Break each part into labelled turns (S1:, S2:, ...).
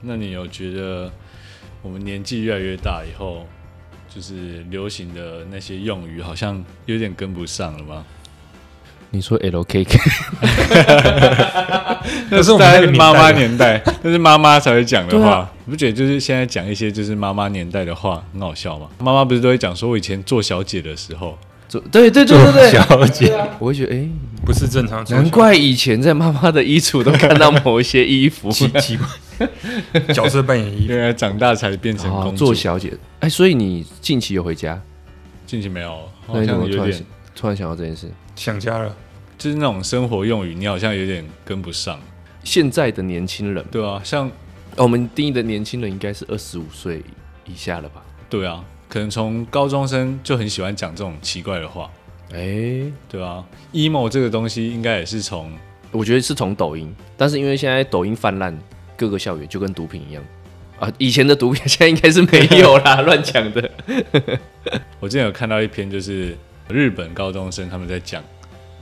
S1: 那你有觉得我们年纪越来越大以后，就是流行的那些用语好像有点跟不上了吗？
S2: 你说 LKK
S1: 那
S2: 是我们
S1: 大概
S2: 那个年代啊
S1: 妈妈
S2: 的
S1: 年代， 那是妈妈才会讲的
S2: 对
S1: 话。
S2: 啊
S1: 你不觉得就是现在讲一些就是妈妈年代的话很好笑吗？妈妈不是都会讲说，我以前做小姐的时候，
S2: 做对对对对对，
S3: 小姐，
S2: 我会觉得哎，
S3: 不是正常做小姐，
S2: 难怪以前在妈妈的衣橱都看到某一些衣服
S3: 奇奇怪， 角色扮演一，
S1: 原来长大才变成
S2: 哦
S1: 公，主。
S2: 做小姐。哎，所以你近期有回家？
S1: 进去没有？
S2: 那
S1: 好
S2: 你怎
S1: 像
S2: 么突
S1: 有
S2: 然
S1: 点
S2: 想，突然想到这件事？
S3: 想家了，
S1: 就是那种生活用语，你好像有点跟不上，
S2: 现在的年轻人，
S1: 对啊，像
S2: 哦我们定义的年轻人应该是二十五岁以下了吧？
S1: 对啊，可能从高中生就很喜欢讲这种奇怪的话，
S2: 哎，
S1: 对啊，emo 这个东西应该也是从
S2: 我觉得是从抖音，但是因为现在抖音泛滥，各个校园就跟毒品一样啊。以前的毒品现在应该是没有啦， 乱讲的。
S1: 我之前有看到一篇，就是日本高中生他们在讲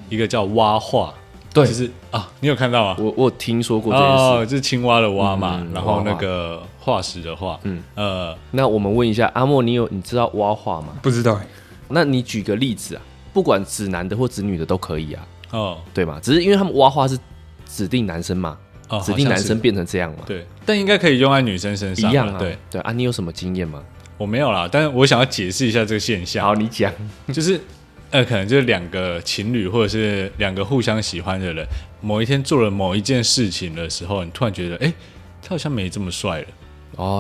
S1: 一个叫蛙化，
S2: 对
S1: 就是啊，你有看到吗？
S2: 我我有听说过这件事。
S1: 哦，就是青蛙的蛙嘛，
S2: 嗯
S1: 然后
S2: 蛙化
S1: 那个化石的化，嗯
S2: 嗯，
S1: 呃，
S2: 那我们问一下阿莫，你有你知道蛙化吗？
S3: 不知道欸，
S2: 那你举个例子啊，不管指男的或指女的都可以啊，
S1: 哦，
S2: 对吗？只是因为他们蛙化是指定男生嘛，
S1: 哦
S2: 指定男生
S1: 好像是
S2: 变成这样嘛，
S1: 对，但应该可以用在女生身上
S2: 一
S1: 啊，
S2: 样啊。
S1: 对
S2: 啊，你有什么经验吗？
S1: 我没有啦，但是我想要解释一下这个现象，
S2: 好，你讲。
S1: 就是呃，可能就是两个情侣或者是两个互相喜欢的人，某一天做了某一件事情的时候，你突然觉得，哎、他好像没这么帅了。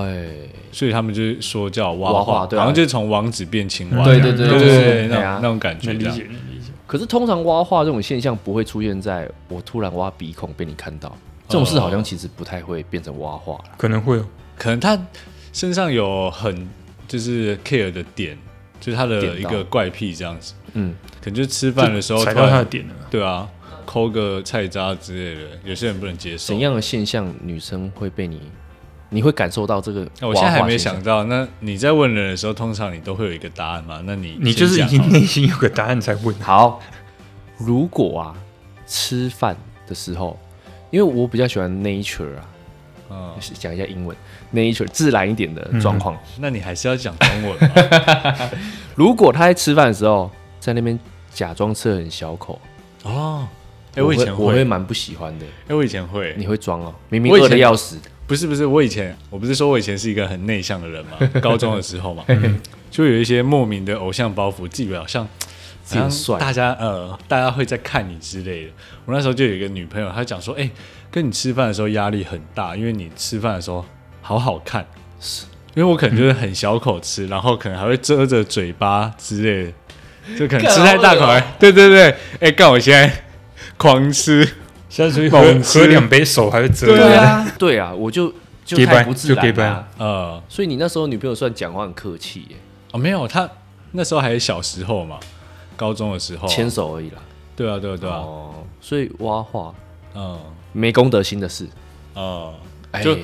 S2: 哎，
S1: 所以他们就是说叫蛙
S2: 蛙
S1: 化，
S2: 化对啊
S1: 好像就是从王子变青蛙，
S3: 嗯对对对
S1: 对
S3: 对对
S1: 对，那
S2: 对
S1: 种
S2: 对啊
S1: 那种感觉
S3: 能
S1: 这
S3: 理
S1: 样
S3: 解，。能理解。
S2: 可是通常蛙化这种现象不会出现在我突然挖鼻孔被你看到，这种事好像其实不太会变成蛙化了。
S3: 可能会哦，
S1: 可能他身上有很就是 care 的点，就是他的一
S2: 点
S1: 个
S2: 到
S1: 怪癖这样子，
S2: 嗯，
S1: 可能就是吃饭的时候
S3: 踩
S1: 突
S3: 到他的
S1: 然
S3: 点了，
S1: 对啊，抠个菜渣之类的，有些人不能接受
S2: 怎。样的现象女生会被你，你会感受到这个蛙化？
S1: 那哦我现在还没想，到，那你在问人的时候，通常你都会有一个答案嘛？那你
S3: 你
S1: 先
S3: 就是已
S1: 讲
S3: 经
S1: 好了
S3: 内心有个答案才问，啊
S2: 好，如果啊，吃饭的时候，因为我比较喜欢 nature 啊，
S1: 嗯，
S2: 讲一下英文 nature 自然一点的状况。
S1: 那你还是要讲中文嘛？
S2: 如果他在吃饭的时候在那边假装吃得很小口，
S1: 哦，哎，
S2: 我
S1: 我
S2: 会
S1: 以前
S2: 我会
S1: 会，
S2: 蛮不喜欢的。
S1: 哎，我以前会，
S2: 你会装哦，明明
S1: 我以前
S2: 饿的要死，
S1: 不是不是，我以前我不是说我以前是一个很内向的人 嘛，高中的时候嘛，就有一些莫名的偶像包袱，自己好像
S2: 自己很
S1: 好像
S2: 帅
S1: 大家呃大家会在看你之类的。我那时候就有一个女朋友，她讲说，哎、跟你吃饭的时候压力很大，因为你吃饭的时候好好看，因为我可能就是很小口吃，
S2: 嗯
S1: 然后可能还会遮着嘴巴之类的。就可能吃太大口
S2: 干好饿
S1: 了
S2: 哦，
S1: 对对对，哎、干我现在狂吃，
S3: 现在出去
S1: 猛
S3: 喝
S1: 吃
S3: 喝两杯手还会折，
S1: 对啊，
S2: 对啊，我就就
S3: gay
S2: 太
S3: bye，
S2: 不自然
S3: 就 gay
S2: 了、
S3: bye
S1: 呃，
S2: 所以你那时候女朋友算讲话很客气耶，
S1: 哦，没有，他那时候还是小时候嘛，高中的时候啊。
S2: 牵手而已啦。
S1: 对啊，对啊，对啊，
S2: 哦，所以挖话
S1: 嗯
S2: 没公德心的事，
S1: 嗯，
S2: 哎，
S1: 就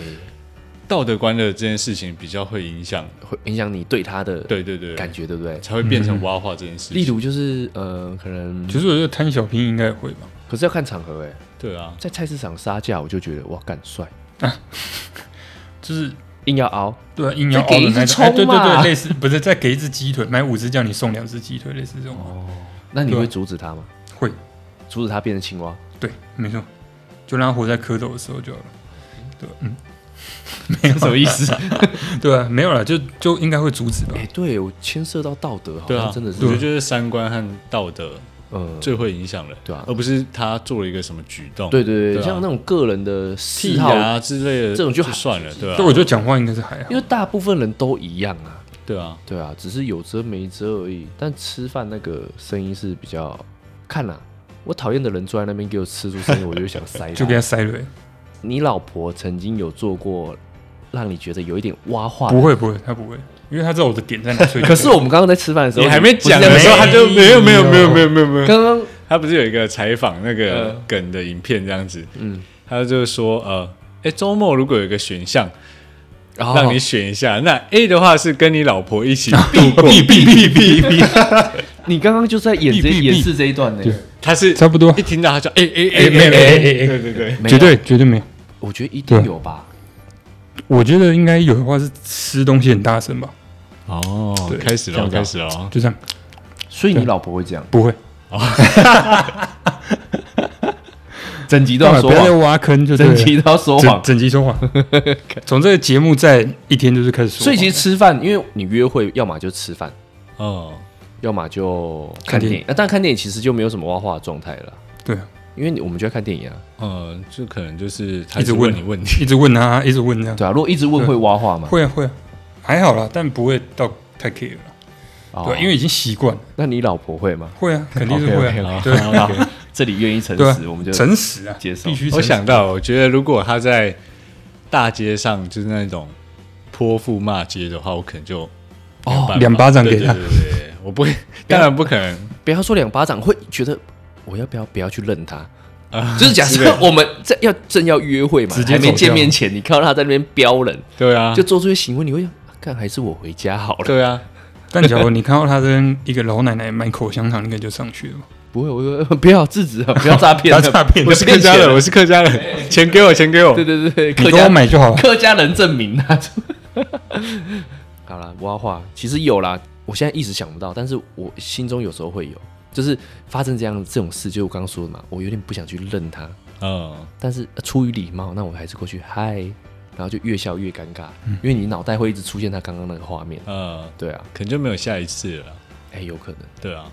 S1: 道德观的这件事情比较会影响，
S2: 会影响你对他的
S1: 对对对，
S2: 感觉，对不对？
S1: 才会变成蛙化这件事
S2: 例
S1: 情。
S2: 如就是呃，可能
S3: 其实我觉得贪小便宜应该也会吧，
S2: 可是要看场合哎，
S1: 对啊，
S2: 在菜市场杀价，我就觉得哇，干帅，
S3: 就是
S2: 硬要熬，
S3: 对啊，硬要
S2: 再给
S3: 熬的
S2: 一只
S3: 那种，哎对
S2: 葱
S3: 对
S2: 嘛
S3: 对，类似不是再给一只鸡腿，买五只叫你送两只鸡腿，类似这种，
S2: 那你
S3: 对啊
S2: 会阻止他吗？
S3: 会，
S2: 阻止他变成青蛙？
S3: 对，没错，就让他活在蝌蚪的时候就好了，对，嗯，
S2: 没有什么意思。
S3: 对啊，没有了，就就应该会阻止吧，
S2: 哎，对我牵涉到道德，好
S1: 对啊，
S2: 像哦真的
S1: 我觉得
S2: 是，
S1: 就是三观和道德
S2: 嗯，
S1: 最会影响人，
S2: 对啊
S1: 而不是他做了一个什么举动，
S2: 对对
S1: 呃对
S2: 对，
S1: 啊
S2: 像那种个人的
S1: 剔
S2: 嗜好，
S1: 牙之类的，
S2: 这种就
S1: 就算了，对
S3: 所以我
S1: 啊，
S3: 觉得讲话应该是还好
S2: 因，为大部分人都一样啊。
S1: 对啊，
S2: 对啊，只是有遮没遮而已。但吃饭那个声音是比较看啦、我讨厌的人坐在那边给我吃出声音，我就想塞他。
S3: 就给他塞了，
S2: 你老婆曾经有做过让你觉得有一点挖话的
S3: 不？会不会，他不会，因为他知道我的点在哪，所以
S2: 啊 可是我们刚刚在吃饭的时候，
S1: 你还没
S2: 不是
S1: 讲
S2: 在
S1: 的时候，
S2: 吃
S1: 他就没有没有没有没有没有没有，
S2: 刚刚
S1: 他不是有一个采访那个
S2: 嗯
S1: 梗的影片这样子，
S2: 嗯，
S1: 他就说呃，哎，周末如果有一个选项。
S2: 然
S3: 哦
S2: 后
S1: 让你选一下。那 A 的话是跟你老婆一起避过，
S3: 哦避避避避避，
S2: 你刚刚就在演这
S3: 避避避
S2: 演示这一段呢、
S3: 对
S1: 他是
S3: 差不多
S1: 一，听到他就哎哎
S3: 哎
S1: 哎
S3: 没有
S1: 哎哎，
S3: 哎哎哎
S1: 对对对，
S2: 没有
S3: 绝对绝对没有，
S2: 我觉得一定
S3: 对
S2: 有吧。
S3: 我觉得应该有的话是吃东西很大声吧，
S1: 哦
S3: 对，
S1: 开始
S2: 这
S1: 了，
S2: 样子啊
S1: 开始了，
S3: 就这样，
S2: 所以你老婆会这样，
S3: 不会，
S2: 整集都
S3: 干
S2: 要
S3: 嘛不
S2: 说
S3: 要再
S2: 谎，
S3: 挖坑就对
S2: 整
S3: 了
S2: 集都要说
S3: 整
S2: 谎。
S3: 整集 说谎。从这个节目在一天就是开始说谎，
S2: 所以其实吃饭，因为你约会，要么就吃饭，
S1: 嗯，
S2: 要么就
S3: 看
S2: 看
S3: 电
S2: 电
S3: 影
S2: 影。那、但看电影其实就没有什么挖话的状态了，
S3: 对啊，
S2: 因为你我们就在看电影啊。
S1: 呃，就可能就是他
S3: 一直
S1: 问
S3: 问
S1: 你问 题，
S3: 一直问他，一直问这样，
S2: 对啊，如果一直问会挖话嘛。
S3: 会啊会啊，还好啦，但不会到太 care 了，
S2: 哦
S3: 对啊，因为已经习惯了，
S2: 那你老婆会吗？
S3: 会啊，肯定是会啊，
S1: 好
S3: 对啊，
S1: 好
S2: 这里愿意诚
S3: 对啊
S2: 实， 我们就
S3: 诚实啊，
S2: 接受
S3: 必须诚
S1: 我
S3: 实
S1: 想到，我觉得如果他在大街上就是那种泼妇骂街的话，我可能就没有办法
S3: 哦两巴掌给
S1: 对
S3: 他
S1: 对对对对我不会，当然不可能。
S2: 不要说两巴掌，会觉得我要不要不要去认 他？
S1: 啊
S2: 就是假设我们在要正要约会嘛，
S3: 直接
S2: 还没
S3: 走掉
S2: 见面前，你看到他在那边飙人，
S1: 对啊，
S2: 就做出一些行为，你会想，啊干、还是我回家好了。
S1: 对啊，
S3: 但假如你看到他跟一个老奶奶买口香糖，你可能就上 去了嘛。
S2: 不会，我会不要制止啊，不要诈骗
S3: 不
S2: 啊，
S3: 要 诈骗
S2: 不
S1: 我
S2: 要
S1: 是客
S2: 骗
S1: 家
S2: 钱
S1: 人，
S2: 啊
S1: 我是客家 人，钱给我，钱给我
S2: 对。对对，
S3: 你
S2: 客
S3: 给我
S2: 家
S3: 买就好了。
S2: 客家人证明啊。 好啦，挖话其实有啦，我现在一时想不到，但是我心中有时候会有，就是发生这样这种事，就我刚刚说的嘛，我有点不想去认他，
S1: 嗯，
S2: 但是呃出于礼貌，那我还是过去嗨，然后就越笑越尴尬，因为你脑袋会一直出现他刚刚那个画面。
S1: 呃，
S2: 对啊，
S1: 可能就没有下一次了。
S2: 哎、有可能
S1: 对啊，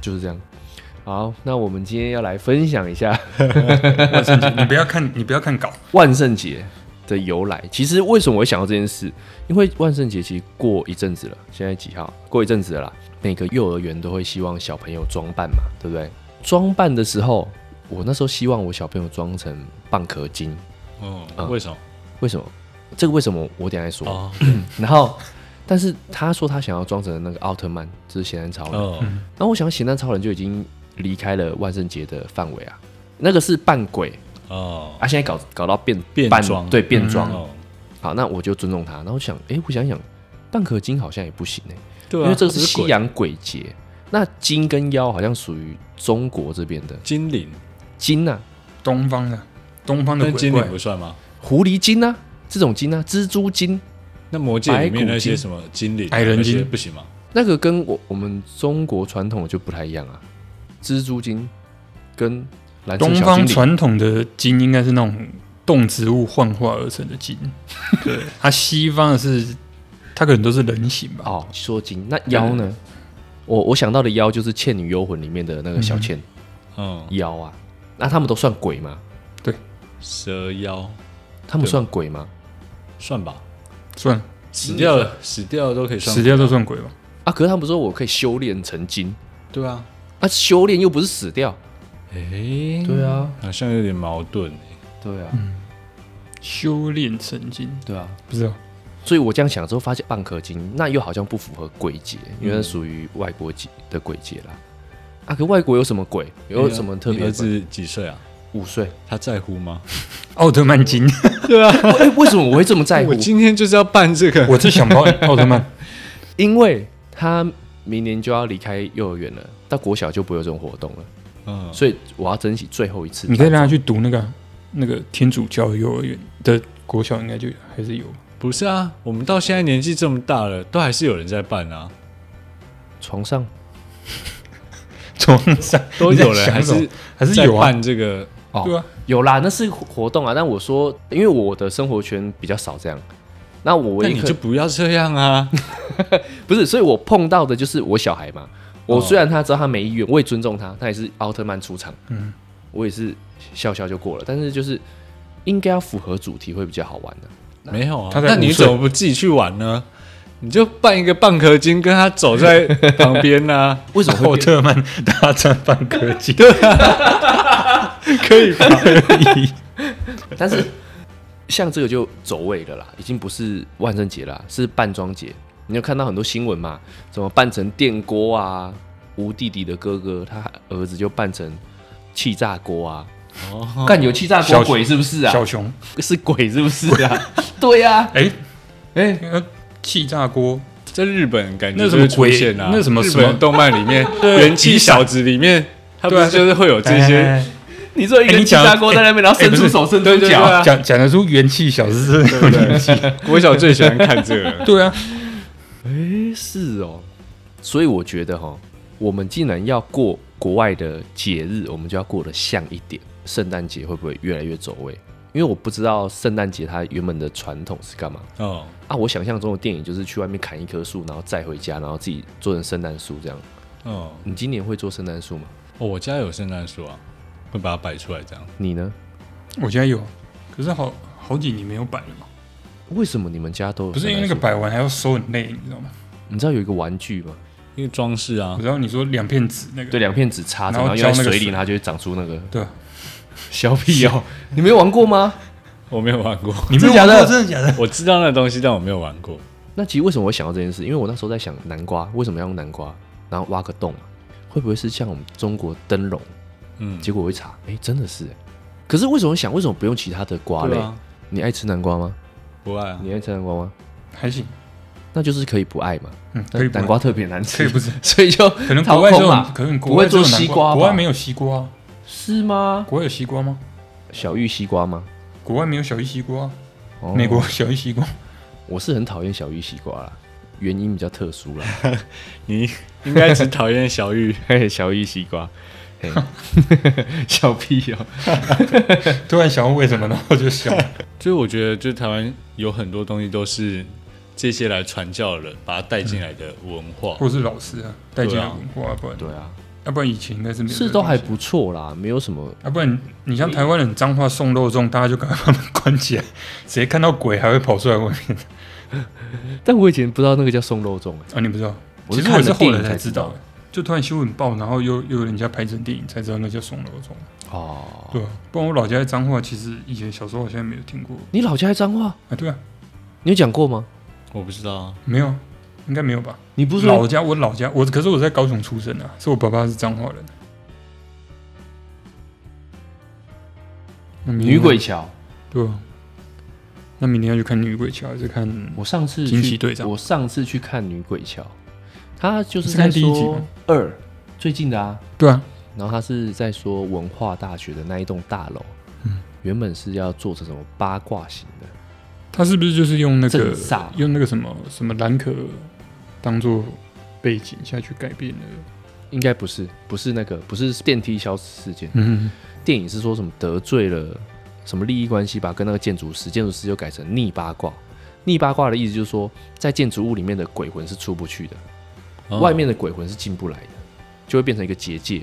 S2: 就是这样。好，那我们今天要来分享一下
S3: 万圣节，你不要看，你不要看稿，
S2: 万圣节的由来。其实为什么我会想到这件事？因为万圣节其实过一阵子了，现在几号？过一阵子了啦。每个幼儿园都会希望小朋友装扮嘛，对不对？装扮的时候，我那时候希望我小朋友装成蚌壳精，
S1: 嗯，
S2: 嗯
S1: 为什么？
S2: 为什么？这个为什么我等一下再说。
S1: 哦，
S2: 然后，但是他说他想要装成那个奥特曼，就是咸蛋超人。然
S1: 哦，
S3: 嗯
S2: 后我想咸蛋超人就已经离开了万圣节的范围啊，那个是扮鬼
S1: 哦，
S2: 啊，现在搞搞到变
S1: 变
S2: 扮
S1: 装
S2: 对变装。
S1: 哦，
S2: 好，那我就尊重他。然后想，诶，我想一想，蚌壳精好像也不行哎、
S1: 对啊，
S2: 因为这个是
S1: 它
S2: 西
S1: 鬼
S2: 洋鬼节，那精跟妖好像属于中国这边的
S1: 精灵，
S2: 精啊，
S3: 东方的，东方的
S1: 但
S3: 鬼
S1: 精
S3: 怪
S1: 灵不，算吗？
S2: 狐狸精啊，这种精啊，蜘蛛精，
S1: 那魔戒里
S2: 白
S1: 面
S2: 骨
S1: 那些
S2: 精
S1: 什么精灵、
S3: 矮人
S1: 那些
S3: 精
S1: 不行吗？
S2: 那个跟我我们中国传统的就不太一样啊，蜘蛛精跟蓝色
S3: 东
S2: 小
S3: 方
S2: 精灵，
S3: 传统的金应该是那种动植物幻化而成的金，对，它西方的是，它可能都是人形吧，
S2: 哦，说精，那妖呢？我我想到的妖就是《倩女幽魂》里面的那个小倩、
S1: 嗯，
S2: 妖啊，那他们都算鬼吗？
S1: 蛇妖
S2: 他们
S1: 对
S2: 算鬼吗？
S1: 算吧，
S3: 算了
S1: 死掉了，死掉了都可以算吧。
S3: 死掉都算鬼吧。
S2: 啊，可是他们说我可以修炼成精，
S1: 对啊，
S2: 啊，修炼又不是死掉。
S1: 诶，
S2: 啊，
S1: 哎好像有点矛盾欸
S2: 对啊，
S3: 修炼成精，
S2: 对啊。
S3: 不知道
S2: 所以我这样想之后，发现蚌壳精那又好像不符合鬼节，因为它属于外国节的鬼节啦。啊，可外国有什么鬼？有什么特
S1: 哎你
S2: 别
S1: 儿
S2: 的鬼？
S1: 子几岁啊？
S2: 五岁。
S1: 他在乎吗？
S3: 奥特曼金，
S2: 哎为什么我会这么在 乎
S1: 我？今天就是要办这个。
S3: 我只想 帮奥特曼，
S2: 因为他明年就要离开幼儿园了，到国小就不会有这种活动了，
S1: 嗯，
S2: 所以我要珍惜最后一次。
S3: 你可以让他去读那个那个天主教幼儿园的国小，应该就还是有。
S1: 不是啊，我们到现在年纪这么大了，都还是有人在办 啊，
S2: 床上
S3: 床上
S1: 都有
S3: 你在
S1: 人
S3: 想
S1: 还
S3: 什么
S1: 是
S3: 还是
S1: 在
S3: 有啊，
S1: 办这个。
S2: 哦
S3: 对啊，
S2: 有啦，那是活动啊。但我说，因为我的生活圈比较少这样，那我
S1: 那
S2: 唯一
S1: 你
S2: 可
S1: 就不要这样 啊！
S2: 不是，所以我碰到的就是我小孩嘛。我
S1: 哦
S2: 虽然他知道他没意愿，我也尊重他，他也是奥特曼出场，
S3: 嗯
S2: 我也是笑笑就过了。但是就是应该要符合主题会比较好玩 的、
S1: 没有啊，
S3: 他在
S1: 那你
S3: 五岁
S1: 怎么不自己去玩呢？你就办一个蚌壳精，跟他走在旁边啊 呐、
S2: 为什么
S3: 奥
S2: 会变？
S3: 特曼大战半科技，
S1: 可以吧？
S2: 但是像这个就走位了啦，已经不是万圣节啦，是扮装节。你有看到很多新闻嘛？怎么扮成电锅啊？吴弟弟的哥哥他儿子就扮成气炸锅啊！
S1: 哦，
S2: 干、有气炸锅
S3: 小
S2: 鬼是不是啊？
S3: 小熊，
S2: 是鬼是不是啊？ 对呀、啊，
S3: 哎
S1: 哎，
S3: 那个气炸锅，
S1: 在日本感觉
S3: 那什
S1: 就
S3: 么
S1: 会出
S3: 鬼
S1: 现啊，
S3: 那什么
S1: 日
S3: 什
S1: 本
S3: 么
S1: 动漫里面元气小子里面，他不
S3: 对啊
S1: 是就是会有这些
S3: 哎
S2: 你做一
S3: 哎
S2: 个
S3: 你
S2: 气
S3: 讲
S2: 炸锅在那边，然后伸
S3: 哎不
S2: 出
S3: 是
S2: 手伸
S1: 对
S2: 出
S1: 对
S2: 脚
S1: 对，啊
S3: 讲讲得出元气小是真的有元气。
S1: 国小最喜欢看这个，
S3: 对啊，
S2: 诶是哦，所以我觉得哈，我们既然要过国外的节日，我们就要过得像一点。圣诞节会不会越来越走位？因为我不知道圣诞节它原本的传统是干嘛
S1: 哦，
S2: 啊。我想象中的电影就是去外面砍一棵树，然后再回家，然后自己做成圣诞树这样。
S1: 哦，
S2: 你今年会做圣诞树吗？
S1: 哦，我家有圣诞树啊，会把它摆出来这样。
S2: 你呢？
S3: 我家有，可是好好几年没有摆了嘛。
S2: 为什么你们家都有
S3: 不是因为
S2: 圣
S3: 那
S2: 诞树？
S3: 个摆完还要收很累，你知道吗？
S2: 你知道有一个玩具吗？
S1: 因为装饰啊
S2: 嗯
S3: 我，知道你说两片纸那个，
S2: 对，两片纸插着，
S3: 然
S2: 然
S3: 后
S2: 后用
S3: 浇
S2: 在
S3: 那个
S2: 水里，
S3: 水
S2: 它就会长出那个
S3: 对啊，
S2: 小屁哦。你没有玩过吗？
S1: 我没有玩过，
S3: 你没
S2: 真
S3: 有
S2: 的假的
S3: 玩过真的假的？
S1: 我知道那东西，但我没有玩过。
S2: 那其实为什么我会想到这件事？因为我那时候在想南瓜为什么要用南瓜，然后挖个洞嘛，啊会不会是像我们中国灯笼？
S1: 嗯，
S2: 结果我一查，哎、真的是、诶可是为什么想为什么不用其他的瓜类？
S1: 对啊，
S2: 你爱吃南瓜吗？
S1: 不爱啊，
S2: 你爱吃南瓜吗？
S3: 还行，
S2: 那就是可以不爱嘛。
S3: 嗯，可
S2: 但
S3: 以不
S2: 南瓜特别难
S3: 可以
S2: 吃，
S3: 不是，
S2: 所以 就
S3: 可能
S2: 掏
S3: 国外就
S2: 空
S3: 有
S2: 嘛，
S3: 可能
S2: 不
S3: 国
S2: 会
S3: 外
S2: 做
S3: 只有南
S2: 西瓜吧，
S3: 国外没有西瓜啊，
S2: 是吗？
S3: 国外有西瓜吗？
S2: 小玉西瓜吗？
S3: 国外没有小玉西瓜啊，
S2: 哦
S3: 美国有小玉西瓜，
S2: 我是很讨厌小玉西瓜啦，原因比较特殊啦。
S1: 你应该只讨厌小玉
S2: 嘿，小玉西瓜，嘿 小屁哦、
S3: 突然想问为 什么，然后就笑。
S1: 所以我觉得，就台湾有很多东西都是这些来传教的人把它带进来的文化。
S2: 嗯
S3: 或是老师啊带进来
S1: 对啊
S3: 文化，要不然
S2: 对啊，
S3: 要不然以前应该是没有这
S2: 是
S3: 个
S2: 都
S3: 东西。啊
S2: 还不错啦，没有什么
S3: 要不然你像台湾人脏话送肉粽，大家就赶快把门关起来， 直接看到鬼还会跑出来外面。
S2: 但我以前不知道那个叫送肉粽、欸，
S3: 啊，你不知道？
S2: 我
S3: 其
S2: 是
S3: 实我
S2: 看
S3: 是
S2: 了
S3: 后
S2: 电
S3: 来
S2: 影
S3: 才
S2: 才
S3: 知
S2: 知
S3: 道
S2: 道
S3: 的，就突然新闻报，然后又又有人家拍成电影才知道那叫送肉粽。
S2: 哦。
S3: 对啊，不然我老家的脏话其实以前小时候好像没有听过。
S2: 你老家在彰化，
S3: 啊，对啊，
S2: 你有讲过吗？
S1: 我不知道啊，
S3: 没有啊，应该没有吧？
S2: 你不是
S3: 老家，我老家，我可是我在高雄出生啊，是我爸爸是彰化人。啊那明天
S2: 女鬼桥？
S3: 对啊，那明天要去看女鬼桥还是看？
S2: 我上次
S3: 惊奇
S2: 去
S3: 队长
S2: 我上次去看女鬼桥，他就是
S3: 是看
S2: 在
S3: 第一集
S2: 说
S3: 吗
S2: 二最近的啊，
S3: 对啊，
S2: 然后他是在说文化大学的那一栋大楼，
S3: 嗯
S2: 原本是要做成什么八卦型的，
S3: 他是不是就是用那
S2: 镇
S3: 个
S2: 煞
S3: 用那个什么什么蓝可儿当做背景下去改变的？
S2: 应该不是，不是那个，不是电梯消失事件，
S3: 嗯，
S2: 电影是说什么得罪了什么利益关系吧，跟那个建筑师，建筑师就改成逆八卦。逆八卦的意思就是说，在建筑物里面的鬼魂是出不去的，
S1: 哦
S2: 外面的鬼魂是进不来的，就会变成一个结界。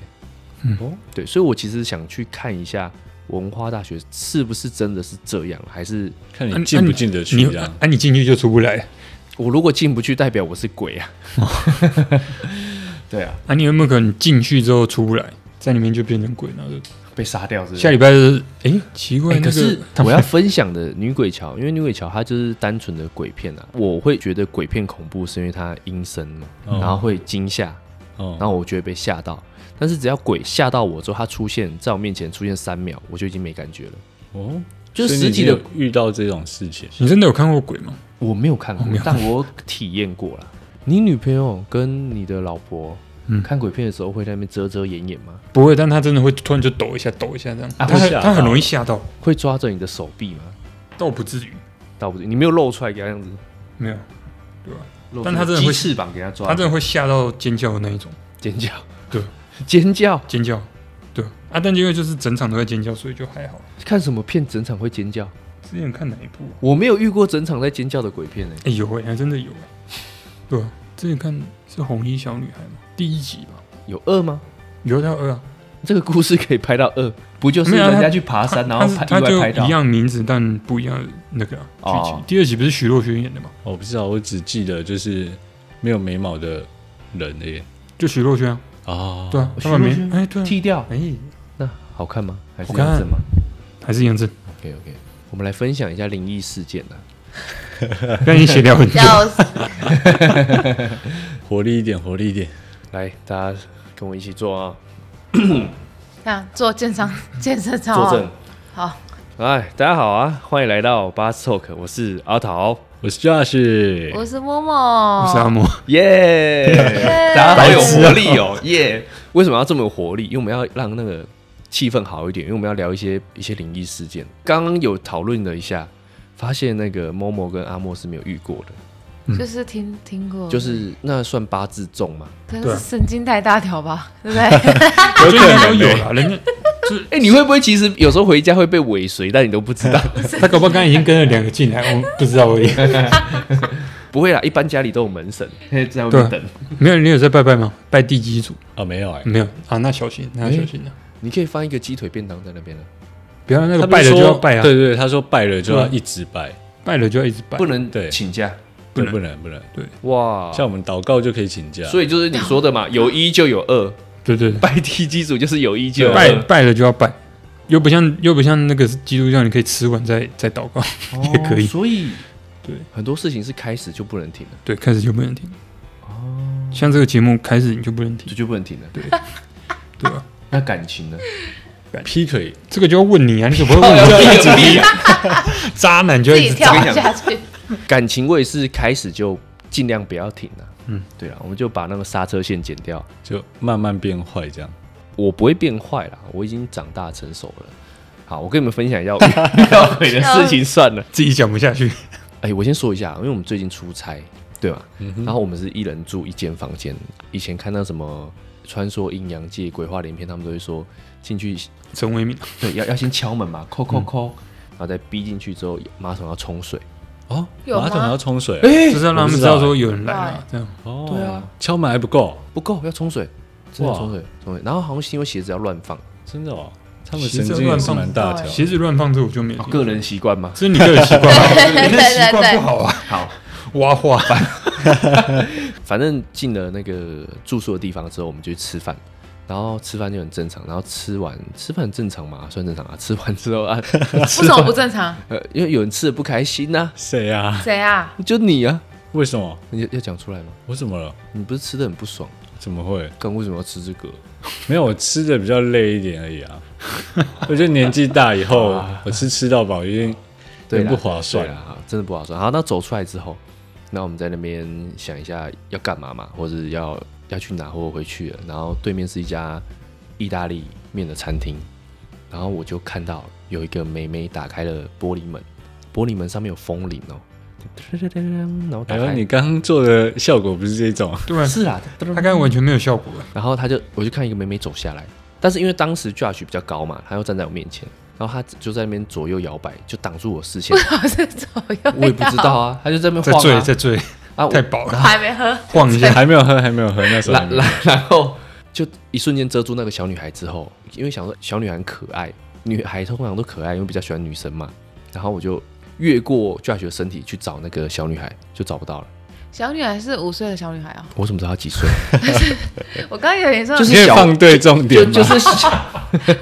S3: 嗯
S2: 哦，对，所以我其实想去看一下文化大学是不是真的是这样，还是
S1: 看
S3: 啊
S2: 嗯
S1: 你进
S3: 啊
S1: 不进得去
S3: 你
S1: 这样。
S3: 啊，你进去就出不来。
S2: 我如果进不去，代表我是鬼啊？ 对啊，
S3: 啊，你有没有可能进去之后出不来，在里面就变成鬼，然后就
S2: 被杀掉是不是
S3: 下礼拜就是哎，奇怪，
S2: 欸可
S3: 那个
S2: 是
S3: 他
S2: 我
S3: 们
S2: 要分享的《女鬼桥》，因为《女鬼桥》它就是单纯的鬼片啊。我会觉得鬼片恐怖是因为它阴森嘛，
S1: 哦
S2: 然后会惊吓，然
S1: 哦，
S2: 后我就会被吓到。但是只要鬼吓到我之后，它出现在我面前出现三秒，我就已经没感觉了。
S1: 哦，
S2: 就是
S1: 所以
S2: 实
S1: 你
S2: 际的
S1: 已经有遇到这种事情，
S3: 你真的有看过鬼吗？
S2: 我没有看过
S3: 哦没有，
S2: 但我体验过了。你女朋友跟你的老婆
S3: 嗯
S2: 看鬼片的时候会在那边遮遮掩掩吗？
S3: 不会，但他真的会突然就抖一下，抖一下这样，
S1: 啊
S3: 他
S1: 会吓
S3: 他很
S1: 到
S3: 容易吓到，
S2: 会抓着你的手臂吗？
S3: 倒不至于，
S2: 倒不是，你没有露出来给他这样子，
S3: 没有，对吧、
S2: 露出
S3: 但他真的
S2: 鸡
S3: 会
S2: 翅膀给他抓，
S3: 他真的会吓到尖叫的那一种，
S2: 尖叫，
S3: 对，
S2: 尖叫。
S3: 尖叫，对啊，但因为就是整场都在尖叫，所以就还好。
S2: 看什么片整场会尖叫？
S3: 之前看哪一部、啊？
S2: 我没有遇过整场在尖叫的鬼片呢、欸
S3: 哎、有哎、还真的有哎、对啊，之前看是红衣小女孩嘛，第一集吧，
S2: 有二吗？
S3: 有到二啊，
S2: 这个故事可以拍到二，不就是
S3: 没有啊
S2: 人
S3: 他
S2: 家去爬山，然
S3: 他
S2: 后
S3: 是
S2: 拍
S3: 他
S2: 意
S3: 就
S2: 外拍到
S3: 一？样名字，但不一样的那个、啊、剧情。
S2: 哦
S3: 第二集不是徐若瑄演的嘛？
S1: 我哦不知道，我只记得就是没有眉毛的人的耶。
S3: 就徐若瑄啊，
S1: 哦，
S3: 对啊，
S2: 徐
S3: 他
S2: 若
S3: 们没
S2: 瑄
S3: 哎、对、啊，
S2: 剃掉？
S3: 哎、
S2: 那好看吗？还是
S3: 好看
S2: 样子吗
S3: 还是杨振，
S2: ？OK OK，我们来分享一下灵异事件啊。
S3: 跟你闲聊很久，
S4: 笑死！
S1: 活力一点，活力一点。
S2: 来，大家跟我一起做啊，
S4: 看做健身健身操啊
S2: 作证。
S4: 好，
S2: 哎，大家好啊，欢迎来到巴斯 Talk，我是阿桃，
S1: 我是 Josh，
S4: 我是
S3: 我是阿
S4: Momo，
S3: 莫，
S2: 耶！大家好有活力哦，耶！为什么要这么有活力？因为我们要让那个气氛好一点，因为我们要聊一些一些灵异事件。刚刚有讨论了一下，发现那个 Momo 跟阿莫是没有遇过的，
S4: 就是听听过，
S2: 就是那算八字重吗？
S4: 可
S3: 对
S4: 能
S3: 啊
S4: 是神经太大条吧，对不对？
S3: 我觉得都有
S4: 欸
S3: 啦，人家就是
S2: 哎、你会不会其实有时候回家会被尾随，但你都不知 道？
S3: 他搞不好刚才已经跟了两个进来，我不知道而已。
S2: 不会啦，一般家里都有门神，在外
S3: 对
S2: 面
S3: 啊
S2: 等。
S3: 没有，你有在拜拜吗？拜地基主
S1: 哦，没有哎、
S3: 没有啊？那小心，那要小心了、啊
S2: 你可以放一个鸡腿便当在那边啊，
S3: 不要
S1: 他
S3: 那个
S1: 不
S3: 拜
S1: 是
S3: 了就
S1: 说
S3: 要拜啊，
S1: 对对，他说拜了就要
S3: 对啊
S1: 一直拜，
S3: 拜了就要一直拜
S2: 不。能
S1: 对
S2: 请假
S1: 不
S3: 不
S1: 能
S3: 能
S1: 不能不能，
S2: 哇。
S1: 像我们祷告就可以请假，
S2: 所以就是你说的嘛，有一就有二，
S3: 对对对，
S2: 拜地基主就是有一就有
S1: 对
S3: 拜
S2: 二。
S3: 拜了就要拜，又不像又不像那个基督教，你可以吃完再再祷告，也可以
S2: 哦所以
S3: 对
S2: 很多事情是开始就不能停了，
S3: 对，开始就不能停。像这个节目开始你就不能
S2: 这
S3: 停，
S2: 就不能停了。
S3: 对啊吧？
S2: 那感情呢？
S1: 劈腿
S3: 这个就要问你啊，你怎么会 问我？啊渣男就要
S4: 自己
S3: 一直
S4: 跳下去，
S2: 感情我也是开始就尽量不要停了。嗯，对啊，我们就把那个刹车线剪掉。
S1: 就慢慢变坏这样。
S2: 我不会变坏啦，我已经长大成熟了。好，我跟你们分享 一下我要悔的事情算 了。
S3: 自己讲不下去。
S2: 哎、我先说一下，因为我们最近出差，对吧？然后我们是一人住一间房间。以前看到什么穿梭阴阳界、鬼话连篇，他们都会说进去，
S3: 陈为民，
S2: 对，要要先敲门嘛，扣扣扣，然后再逼进去之后，马桶要冲水。
S1: 哦，
S4: 有
S1: 马桶
S4: 吗
S1: 要冲水啊、
S3: 就是要让他们知道欸说有人来
S4: 我
S3: 了，这样
S1: 哦，
S2: 对啊，
S1: 敲门还不够，
S2: 不够，要冲水，真的
S1: 哇
S2: 冲水，冲水。然后好像是因为鞋子要乱放，
S1: 真的哦，他们
S3: 其
S1: 神
S3: 实
S1: 经也是蛮大条。
S3: 鞋子乱放这欸我就没有听过。
S2: 哦个人习惯嘛。
S3: 这是你个人习 惯吧？
S4: 对对
S3: 你的习惯
S4: 对
S3: 不好啊，
S2: 好，
S3: 挖话。
S2: 反正进了那个住宿的地方之后，我们就去吃饭，然后吃饭就很正常，然后吃完吃饭很正常嘛，算正常啊。吃完之后啊，
S4: 为什么不正常？
S2: 呃，因为有人吃的不开心呐、
S1: 谁啊？
S4: 谁啊？
S2: 就你啊，
S1: 为什么？
S2: 你要讲出来吗？
S1: 我怎么了？
S2: 你不是吃的很不爽，
S1: 怎么会？
S2: 刚为什么要吃这个？
S1: 没有，我吃的比较累一点而已啊。 我觉得年纪大以后，我吃吃到饱已经
S2: 对啦
S1: 很不划算
S2: 啊对啦，好真的不划算。好，那走出来之后，那我们在那边想一下要干嘛嘛，或者要要去哪或回去了。然后对面是一家意大利面的餐厅，然后我就看到有一个妹妹打开了玻璃门，玻璃门上面有风铃哦，然后打
S1: 哎呦，
S2: 开
S1: 你，刚刚做的效果不是这种，
S3: 对啊，
S2: 是啊，
S3: 他刚才完全没有效果啊。
S2: 然后他就我就看一个妹妹走下来，但是因为当时 Josh 比较高嘛，他又站在我面前，然后他就在那边左右摇摆，就挡住我视 线。
S4: 我是左右，
S2: 我也不知道啊，他就在那
S3: 在
S2: 边晃
S3: 醉，
S2: 啊
S3: 在醉，
S2: 啊，我
S3: 太饱了，
S4: 还没喝，
S3: 晃 一下。
S1: 还没有喝，还没有喝，那时候还
S2: 然
S1: 没有
S2: 然 然后就一瞬间遮住那个小女孩之后，因为想说小女孩很可爱，女孩通常都可爱，因为比较喜欢女生嘛。然后我就越过 Josh 的身体去找那个小女孩，就找不到了。
S4: 小女孩是五岁的小女孩哦。
S2: 我怎么知道她几岁？
S4: 我刚刚有点说
S2: 就
S1: 你
S2: 是
S1: 可以
S2: 小
S1: 放对重
S2: 就
S1: 点
S2: 就
S1: 吗？
S2: 是小，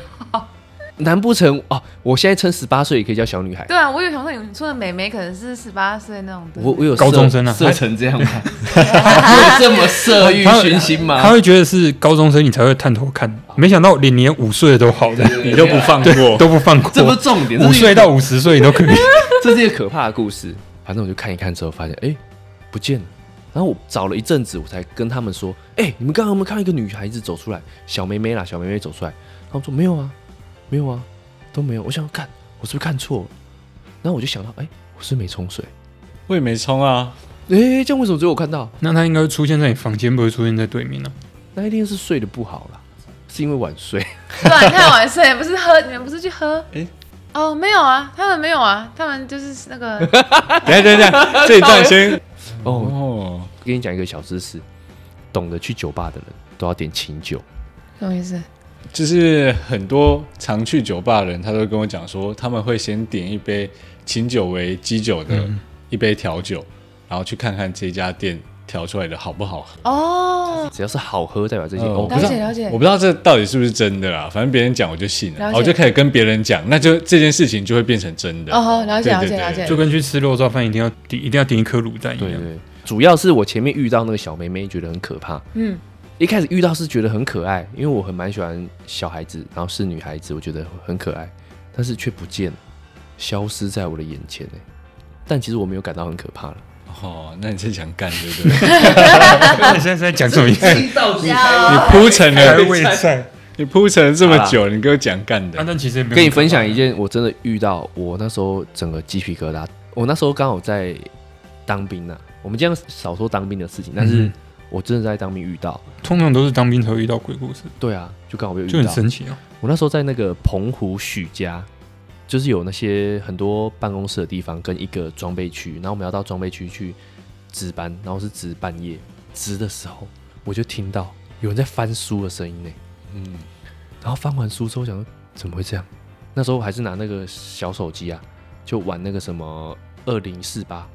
S2: 难不成哦？我现在称十八岁也可以叫小女孩？
S4: 对啊，我有想说你说的妹妹可能是十八岁那种的，
S2: 我我有
S3: 高
S2: 色
S3: 中生啊
S2: 色成这样吗？ 有这么色欲熏心
S3: 他
S2: 吗？
S3: 会觉得是高中生，你才会探头看。没想到连连五岁的都好的，
S1: 你都不放过，
S3: 都不放过。
S2: 哦这不是重点，这
S3: 五
S2: 是一个
S3: 岁到五十岁都可以。
S2: 这是一个可怕的故事。反正我就看一看之后，发现哎、诶不见了。然后我找了一阵子，我才跟他们说，哎、你们刚刚有没有看到一个女孩子走出来？小妹妹啦，小妹妹走出来。他们说没有啊，没有啊，都没有。我想看，我是不是看错了？然后我就想到，哎、我是没冲水。
S1: 我也没冲啊，
S2: 哎、这样为什么只有我看到？
S3: 那他应该会出现在你房间，不会出现在对面呢。啊
S2: 那一定是睡得不好啦，是因为晚睡。
S4: 对啊，你太晚睡，你不是喝，你们不是去喝？
S1: 诶
S4: 哦，没有啊，他们没有啊，他们就是那个
S1: 等一下等一 下，这一段先
S2: 哦，
S1: 哦，
S2: 跟你讲一个小知识，懂得去酒吧的人都要点清酒。
S4: 什么意思？
S1: 就是很多常去酒吧的人，他都跟我讲说，他们会先点一杯琴酒为基酒的
S2: 嗯
S1: 一杯调酒，然后去看看这家店调出来的好不好喝。
S4: 哦，
S2: 只要是好喝，代表这些、
S1: 嗯
S2: 哦，
S1: 不知道
S4: 了解了解
S1: 我不知道这到底是不是真的啦，反正别人讲我就信了，
S4: 了解
S1: 然后我就开始跟别人讲，那就这件事情就会变成真的。
S4: 哦好了解
S1: 对
S4: 了解
S1: 对对
S4: 了解
S3: 就跟去吃肉燥饭一定要点，一定要点一颗卤蛋一
S2: 对
S3: 样。
S2: 对，主要是我前面遇到那个小妹妹，觉得很可怕。
S4: 嗯，
S2: 一开始遇到是觉得很可爱，因为我很蛮喜欢小孩子，然后是女孩子，我觉得很可爱，但是却不见了，消失在我的眼前哎。但其实我没有感到很可怕了，
S1: 哦，那你是想干对 不对？
S3: 哎你现在是在讲什么意思？
S2: 到
S1: 你铺陈
S3: 开
S1: 了，
S3: 胃菜，
S1: 你铺陈了这么久，你给我讲干
S3: 啊
S1: 的，
S3: 但其实也没有
S2: 跟你分享一件我真的遇到，我那时候整个鸡皮疙瘩。我那时候刚好在当兵呢、我们这样少说当兵的事情，但是
S3: 嗯
S2: 我真的在当兵遇到。
S3: 通常都是当兵才会遇到鬼故事，
S2: 对啊，就刚好被遇
S3: 就很
S2: 到。
S3: 神奇哦。
S2: 我那时候在那个澎湖许家，就是有那些很多办公室的地方跟一个装备区，然后我们要到装备区去值班，然后是值半夜，值的时候我就听到有人在翻书的声音呢、
S1: 嗯，
S2: 然后翻完书之后想说怎么会这样？那时候我还是拿那个小手机啊，就玩那个什么二零四八，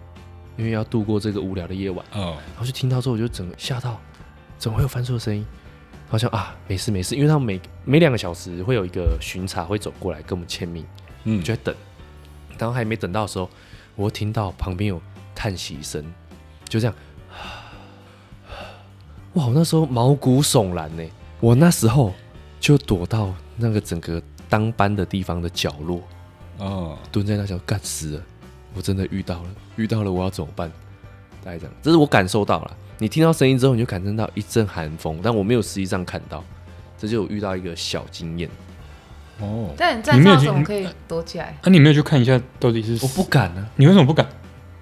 S2: 因为要度过这个无聊的夜晚。
S1: 哦，
S2: 然后就听到之后，我就整个吓到，怎么会有翻书的声音？好像啊，没事没事，因为他们每每两个小时会有一个巡查会走过来跟我们签名，
S1: 嗯
S2: 我就在等。然后还没等到的时候，我又听到旁边有叹息声，就这样。 哇，我那时候毛骨悚然呢！我那时候就躲到那个整个当班的地方的角落，
S1: 哦，
S2: 蹲在那想干死了，我真的遇到了，遇到了我要怎么办？大概这样，这是我感受到了。你听到声音之后，你就感受到一阵寒风，但我没有实际上看到，这就有遇到一个小经验，
S1: 哦，
S4: 但你站
S3: 你没有
S4: 哨
S3: 去
S4: 怎么可以躲起来？
S3: 啊，你没有去看一下到底是
S2: 我不敢啊，
S3: 你为什么不敢？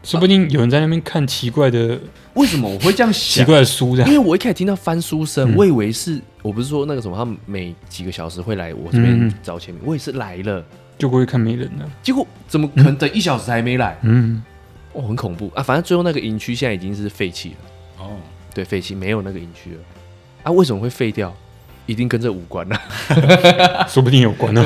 S3: 说不定有人在那边看奇怪的
S2: 为什么我会这样
S3: 奇
S2: 想？
S3: 怪的书这
S2: 因
S3: 样。
S2: 为我一开始听到翻书声，
S3: 嗯
S2: 我以为是我不是说那个什么，他们每几个小时会来我这边
S3: 嗯
S2: 找签名，我也是来了，
S3: 就过去看没人了。
S2: 结果怎么可能等一小时还没来？
S3: 嗯，
S2: 哦，很恐怖啊！反正最后那个营区现在已经是废弃了。
S1: 哦，
S2: 对，废弃没有那个营区了。啊，为什么会废掉？一定跟这无关啊 啦、
S3: 说不定有关哦。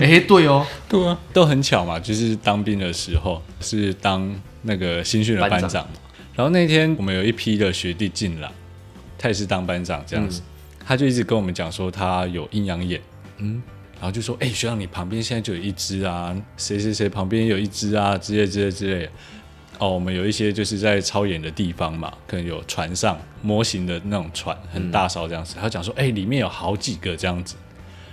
S2: 哎、对哦，
S3: 对啊，
S1: 都很巧嘛，就是当兵的时候是当那个新训的班
S2: 班
S1: 长嘛，然后那天我们有一批的学弟进来，他也是当班长这样子，他就一直跟我们讲说他有阴阳眼，
S2: 嗯，
S1: 然后就说：“哎、学长，你旁边现在就有一只啊，谁谁谁旁边有一只啊，之类之类之类的。”哦，我们有一些就是在超演的地方嘛，可能有船上模型的那种船，很大艘这样子。他讲说：“哎、里面有好几个这样子。”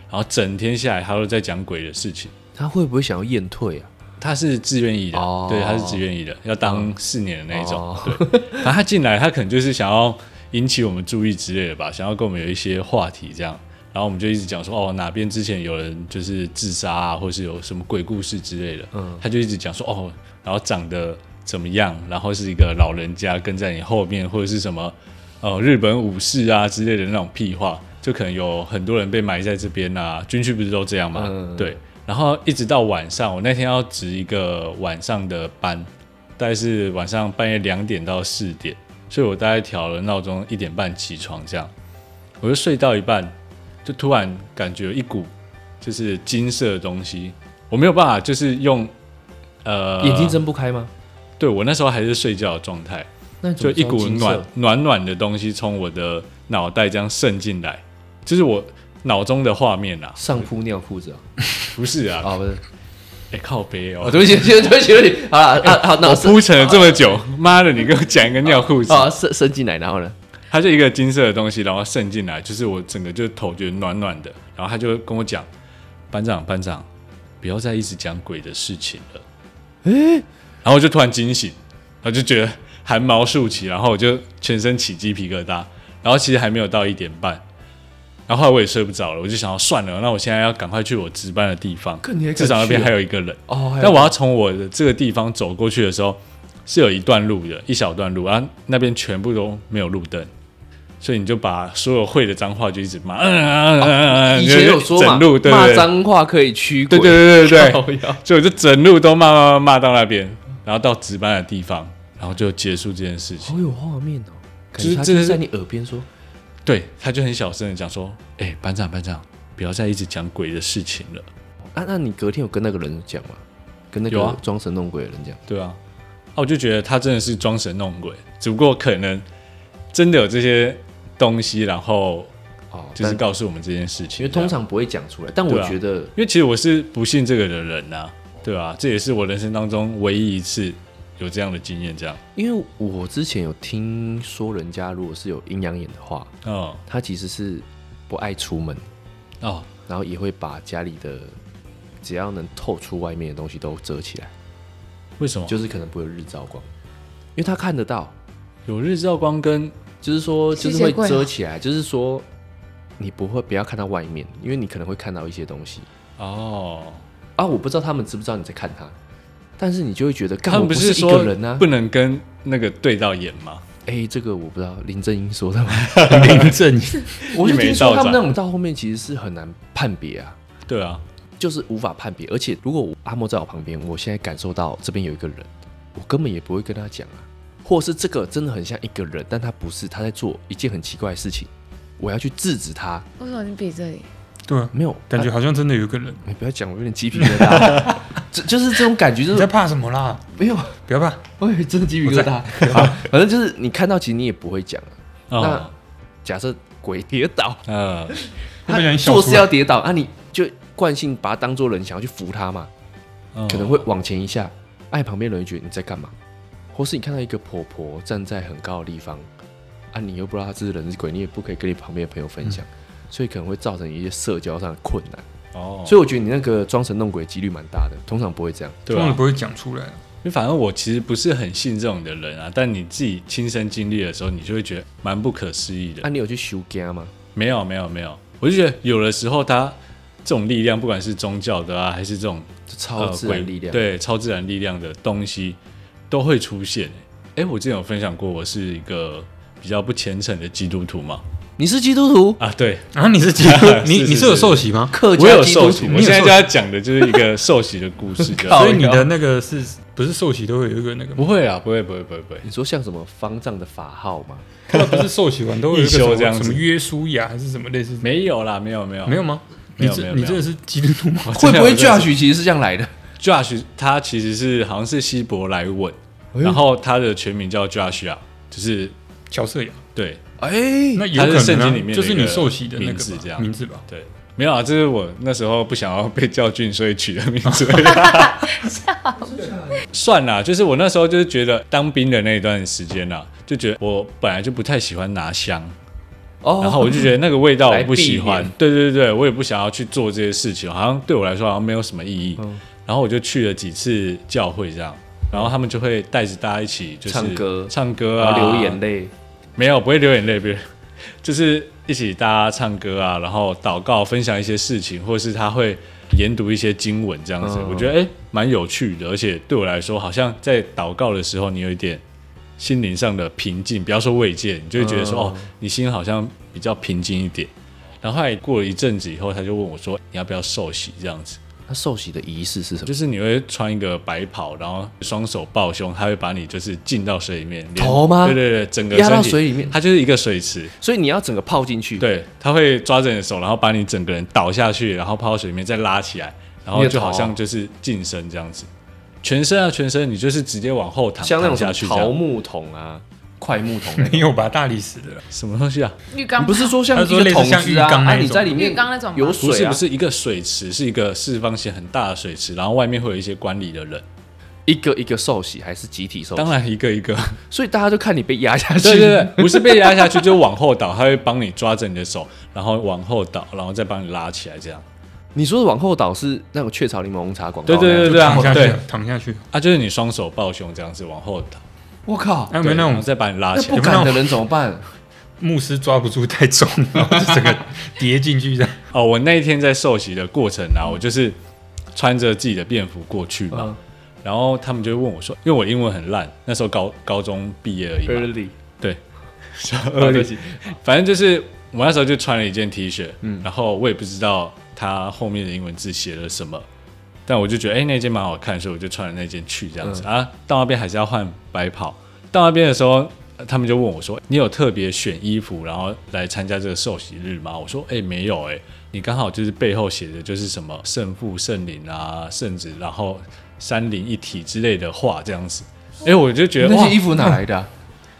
S1: 然后整天下来，他都在讲鬼的事情。
S2: 他会不会想要验退啊？
S1: 他是自愿意的，
S2: 哦
S1: 对，他是自愿意的，要当四年的那一种。
S2: 哦
S1: 对，反正他进来，他可能就是想要引起我们注意之类的吧，想要跟我们有一些话题这样。然后我们就一直讲说，哦，哪边之前有人就是自杀啊，或是有什么鬼故事之类的。
S2: 嗯
S1: 他就一直讲说，哦，然后长得怎么样，然后是一个老人家跟在你后面，或者是什么呃日本武士啊之类的那种屁话，就可能有很多人被埋在这边啊。军区不是都这样吗？
S2: 嗯
S1: 对。然后一直到晚上，我那天要值一个晚上的班，大概是晚上半夜两点到四点，所以我大概调了闹钟一点半起床，这样我就睡到一半，就突然感觉有一股就是金色的东西，我没有办法就是用呃
S2: 眼睛，睁不开吗？
S1: 对我那时候还是睡觉的状态，
S2: 那你怎
S1: 就
S2: 么
S1: 一股
S2: 知道金色
S1: 暖暖暖的东西从我的脑袋这样渗进来，就是我脑中的画面啊，
S2: 上铺尿 裤子啊？
S1: 不是啊，
S2: 啊，不是，
S1: 哎、靠背哦
S2: 哦，。对不起，对不起，对不起，好了，啊，好，
S1: 哎
S2: 那
S1: 我
S2: 我是
S1: 铺陈了这么久，妈的！你给我讲一个尿裤子，
S2: 啊，伸伸进来，然后呢？
S1: 它就一个金色的东西，然后渗进来，就是我整个就头觉得暖暖的，然后他就跟我讲，班长班长，不要再一直讲鬼的事情了，诶、然后我就突然惊醒，然后就觉得汗毛竖起，然后我就全身起鸡皮疙瘩，然后其实还没有到一点半，然后后来我也睡不着了，我就想要算了，那我现在要赶快去我值班的地方
S2: 干你还，敢
S1: 至少那边
S2: 去啊
S1: 还有一个人，
S2: 哦，还有
S1: 但我要从我的这个地方走过去的时候，是有一段路的，一小段路，然后那边全部都没有路灯，所以你就把所有会的脏话就一直骂，嗯嗯嗯嗯嗯，
S2: 以前有说嘛
S1: 整路，对
S2: 骂
S1: 对
S2: 脏话可以驱鬼，
S1: 对对对 对对，
S2: 对对，
S1: 所以我就整路都骂骂骂骂到那边，然后到值班的地方，然后就结束这件事情。
S2: 好有画面哦，感
S1: 就是
S2: 觉他
S1: 这
S2: 就是是在你耳边说，
S1: 对，他就很小声的讲说：“哎、班长班长，不要再一直讲鬼的事情了，
S2: 啊，那你隔天有跟那个人讲吗？跟那
S1: 有啊
S2: 个装神弄鬼的人讲？
S1: 对啊。”啊，我就觉得他真的是装神弄鬼，只不过可能真的有这些东西，然后
S2: 哦，
S1: 就是
S2: 但
S1: 告诉我们这件事
S2: 因
S1: 情。
S2: 为通
S1: 这样，
S2: 常不会讲出来，但
S1: 对
S2: 我
S1: 啊
S2: 觉得
S1: 因为其实我是不信这个的人呐、对吧、这也是我人生当中唯一一次有这样的经验，这样。
S2: 因为我之前有听说，人家如果是有阴阳眼的话，
S1: 哦
S2: 他其实是不爱出门，
S1: 哦，
S2: 然后也会把家里的只要能透出外面的东西都遮起来，
S1: 为什么？就
S2: 就是可能不会有日照光，因为他看得到，
S1: 有日照光跟
S2: 就是说就是
S4: 吸血
S2: 会
S4: 鬼啊
S2: 遮起来，就是说你不会不要看到外面，因为你可能会看到一些东西
S1: 哦，
S2: 啊，我不知道他们知不知道你在看他，但是你就会觉得，干
S1: 他们
S2: 我不
S1: 是
S2: 一个
S1: 说
S2: 人啊
S1: 不，能跟那个对到眼吗？
S2: 哎、这个我不知道，林正英说的吗？
S3: 林正英，
S2: 我是
S1: 一眉
S2: 听说
S1: 道
S2: 他们那
S1: 长
S2: 种到后面其实是很难判别啊，
S1: 对啊，
S2: 就是无法判别。而且如果我阿莫在我旁边，我现在感受到这边有一个人，我根本也不会跟他讲啊，或者是这个真的很像一个人，但他不是，他在做一件很奇怪的事情，我要去制止他。
S4: 为什么你比这里？
S3: 对啊，
S2: 没有
S3: 感觉好像真的有一个人。
S2: 你不要讲，我有点鸡皮疙瘩。这就是这种感觉，就
S3: 你在
S2: 是
S3: 怕什么啦？
S2: 没有，
S3: 不要怕，
S2: 我以为真的鸡皮疙瘩。 好反正就是你看到，其实你也不会讲啊。
S1: 哦，
S2: 假设鬼跌倒，
S1: 呃，
S3: 会不
S2: 他
S3: 会有人笑出
S2: 做
S3: 来
S2: 事要跌倒，啊，你就惯性把他当做人，想要去扶他嘛，
S1: 嗯
S2: 可能会往前一下。哎，旁边人会觉得你在干嘛？或是你看到一个婆婆站在很高的地方，啊，你又不知道她是人是鬼，你也不可以跟你旁边的朋友分享，所以可能会造成一些社交上的困难。
S1: 哦，
S2: 所以我觉得你那个装神弄鬼几率蛮大的，通常不会这样。
S1: 对
S3: 通常
S1: 啊，
S3: 不会讲出来。
S1: 因为反正我其实不是很信这种的人啊，但你自己亲身经历的时候，你就会觉得蛮不可思议的
S2: 啊，。你有去修家吗？
S1: 没有没有没有，我就觉得有的时候它这种力量，不管是宗教的啊，还是这种
S2: 这超自然力
S1: 呃鬼
S2: 量。
S1: 对超自然力量的东西都会出现、哎、我之前有分享过，我是一个比较不虔诚的基督徒嘛。
S2: 你是基督徒，
S1: 啊，对，，
S3: 然后你是基督你
S1: 是是
S3: 你是有受洗吗？
S2: 客
S1: 我
S2: 家
S1: 有
S2: 基
S1: 受
S2: 督
S1: 洗，
S2: 徒
S1: 我
S3: 你
S1: 现
S3: 有
S1: 在
S3: 受
S1: 就要讲的就是一个受洗的故 事。这样
S2: 靠
S3: 所以你的那个是不是受洗都会有一个那个吗？
S1: 不会啊，不会，不会，不会，不会。
S2: 你说像什么方丈的法号吗？
S3: 后来不是受洗完都会有一
S1: 一休
S3: 个
S1: 这
S3: 什
S1: 样
S3: 么
S1: 子
S3: 什么约书亚还是什么类似？
S1: 没有啦，没有，没有，
S3: 没有。吗？你
S1: 没
S3: 这
S1: 有没
S3: 你
S1: 有
S3: 真的是基督徒吗？
S2: 会 不会
S1: 这样
S2: Josh 其实是这样来的？
S1: Josh 他其实是好像是希伯来文，
S2: 哎
S1: 然后他的全名叫 Josh 啊，就是
S3: 乔瑟亚，
S1: 对
S2: 哎，
S3: 那
S1: 嗯
S3: 有
S1: 他
S3: 可
S1: 是
S3: 能
S1: 圣
S3: 啊
S1: 经里面的
S3: 就是你受洗的那
S1: 一
S3: 个
S1: 个名字
S3: 吧
S1: 这样
S3: 名字 吧？
S1: 对，没有啊，这是我那时候不想要被教训，所以取的名字。算啦，就是我那时候就是觉得当兵的那一段时间啦、就觉得我本来就不太喜欢拿香，
S2: 哦
S1: 然后我就觉得那个味道
S2: 来
S1: 我不喜
S2: 避
S1: 欢
S2: 免，
S1: 对对对，我也不想要去做这些事情，好像对我来说好像没有什么意义。
S2: 嗯
S1: 然后我就去了几次教会这样，然后他们就会带着大家一起就是
S2: 唱歌
S1: 唱歌
S2: 然
S1: 啊，
S2: 后流眼泪，
S1: 没有不会 流眼泪，不是，就是一起大家唱歌啊，然后祷告分享一些事情，或是他会研读一些经文这样子，
S2: 嗯
S1: 我觉得哎蛮、有趣的，而且对我来说好像在祷告的时候你有一点。心灵上的平静，不要说慰藉，你就会觉得说、
S2: 嗯
S1: 哦，你心好像比较平静一点。然后后来过了一阵子以后，他就问我说：“你要不要受洗？”这样子，
S2: 那受洗的仪式是什么
S1: 就？是你会穿一个白袍，然后双手抱胸，他会把你就是浸到水里面，连
S2: 头吗
S1: 对对对，整个
S2: 压到
S1: 身体
S2: 水里面
S1: 它就是一个水池，
S2: 所以你要整个泡进去，，
S1: 对，他会抓着你的手，然后把你整个人倒下去，然后泡到水里面，再拉起来，然后
S2: 你的啊
S1: 就
S2: 头
S1: 好像就是近身这样子，全身啊全身，你就是直接往后躺，
S2: 像那
S1: 躺
S2: 种
S1: 下
S2: 什
S1: 去
S2: 么
S1: 这
S2: 桃
S1: 样。
S2: 木桶啊、快木桶那
S3: 没
S2: 种。
S3: 有吧？大理石的啦，
S1: 什么东西啊？
S4: 浴缸
S2: 你不是说像
S3: 他
S2: 一
S3: 说
S2: 个
S3: 类似
S2: 桶
S3: 像
S2: 子
S3: 浴
S2: 啊？
S3: 缸
S2: 啊，
S3: 那
S2: 你
S3: 种
S2: 在里面
S4: 浴缸那种吗
S2: 有
S1: 不
S2: 水
S1: 是
S2: 啊
S1: 不？是一个水池，是一个四方形很大的水池，然后外面会有一些管理的人，
S2: 一个一个受洗还是集体受洗？
S1: 当然一个一 个，
S2: 所以大家就看你被压下去。
S1: 对对对，不是被压下去就往后倒，他会帮你抓着你的手，然后往后倒，然后再帮你拉起来这样。
S2: 你说的往后倒是那种雀巢柠檬茶广告。
S1: 对对对
S3: 就
S1: 对啊
S3: 躺下
S1: 对
S3: 去，躺下去。
S1: 啊，就是你双手抱胸这样子往后倒，
S2: 我靠，
S3: 哎还有没
S1: 对
S3: 有那
S1: 然后
S3: 种
S1: 再把你拉
S2: 那
S1: 起来
S2: 不？敢的人怎么办？
S3: 牧师抓不住太重， 然后就整个叠进去这样？
S1: 哦，我那一天在受洗的过程啊，我就是穿着自己的便服过去嘛，
S2: 嗯
S1: 然后他们就会问我说，因为我英文很烂，那时候高高中毕业而已嘛，
S2: ，early
S1: 对，反正就是我那时候就穿了一件 T 恤，然后我也不知道它后面的英文字写了什么，但我就觉得哎、那件蛮好看，所以我就穿了那件去这样子、啊。到那边还是要换白袍，到那边的时候。呃他们就问我说：“你有特别选衣服，然后来参加这个受洗日吗？”我说：“哎、没有哎、你刚好就是背后写的就是什么圣父、圣灵啊，圣子，然后三灵一体之类的话这样子。哎、我就觉得
S2: 那
S1: 哇
S2: 些衣，服哪来的啊？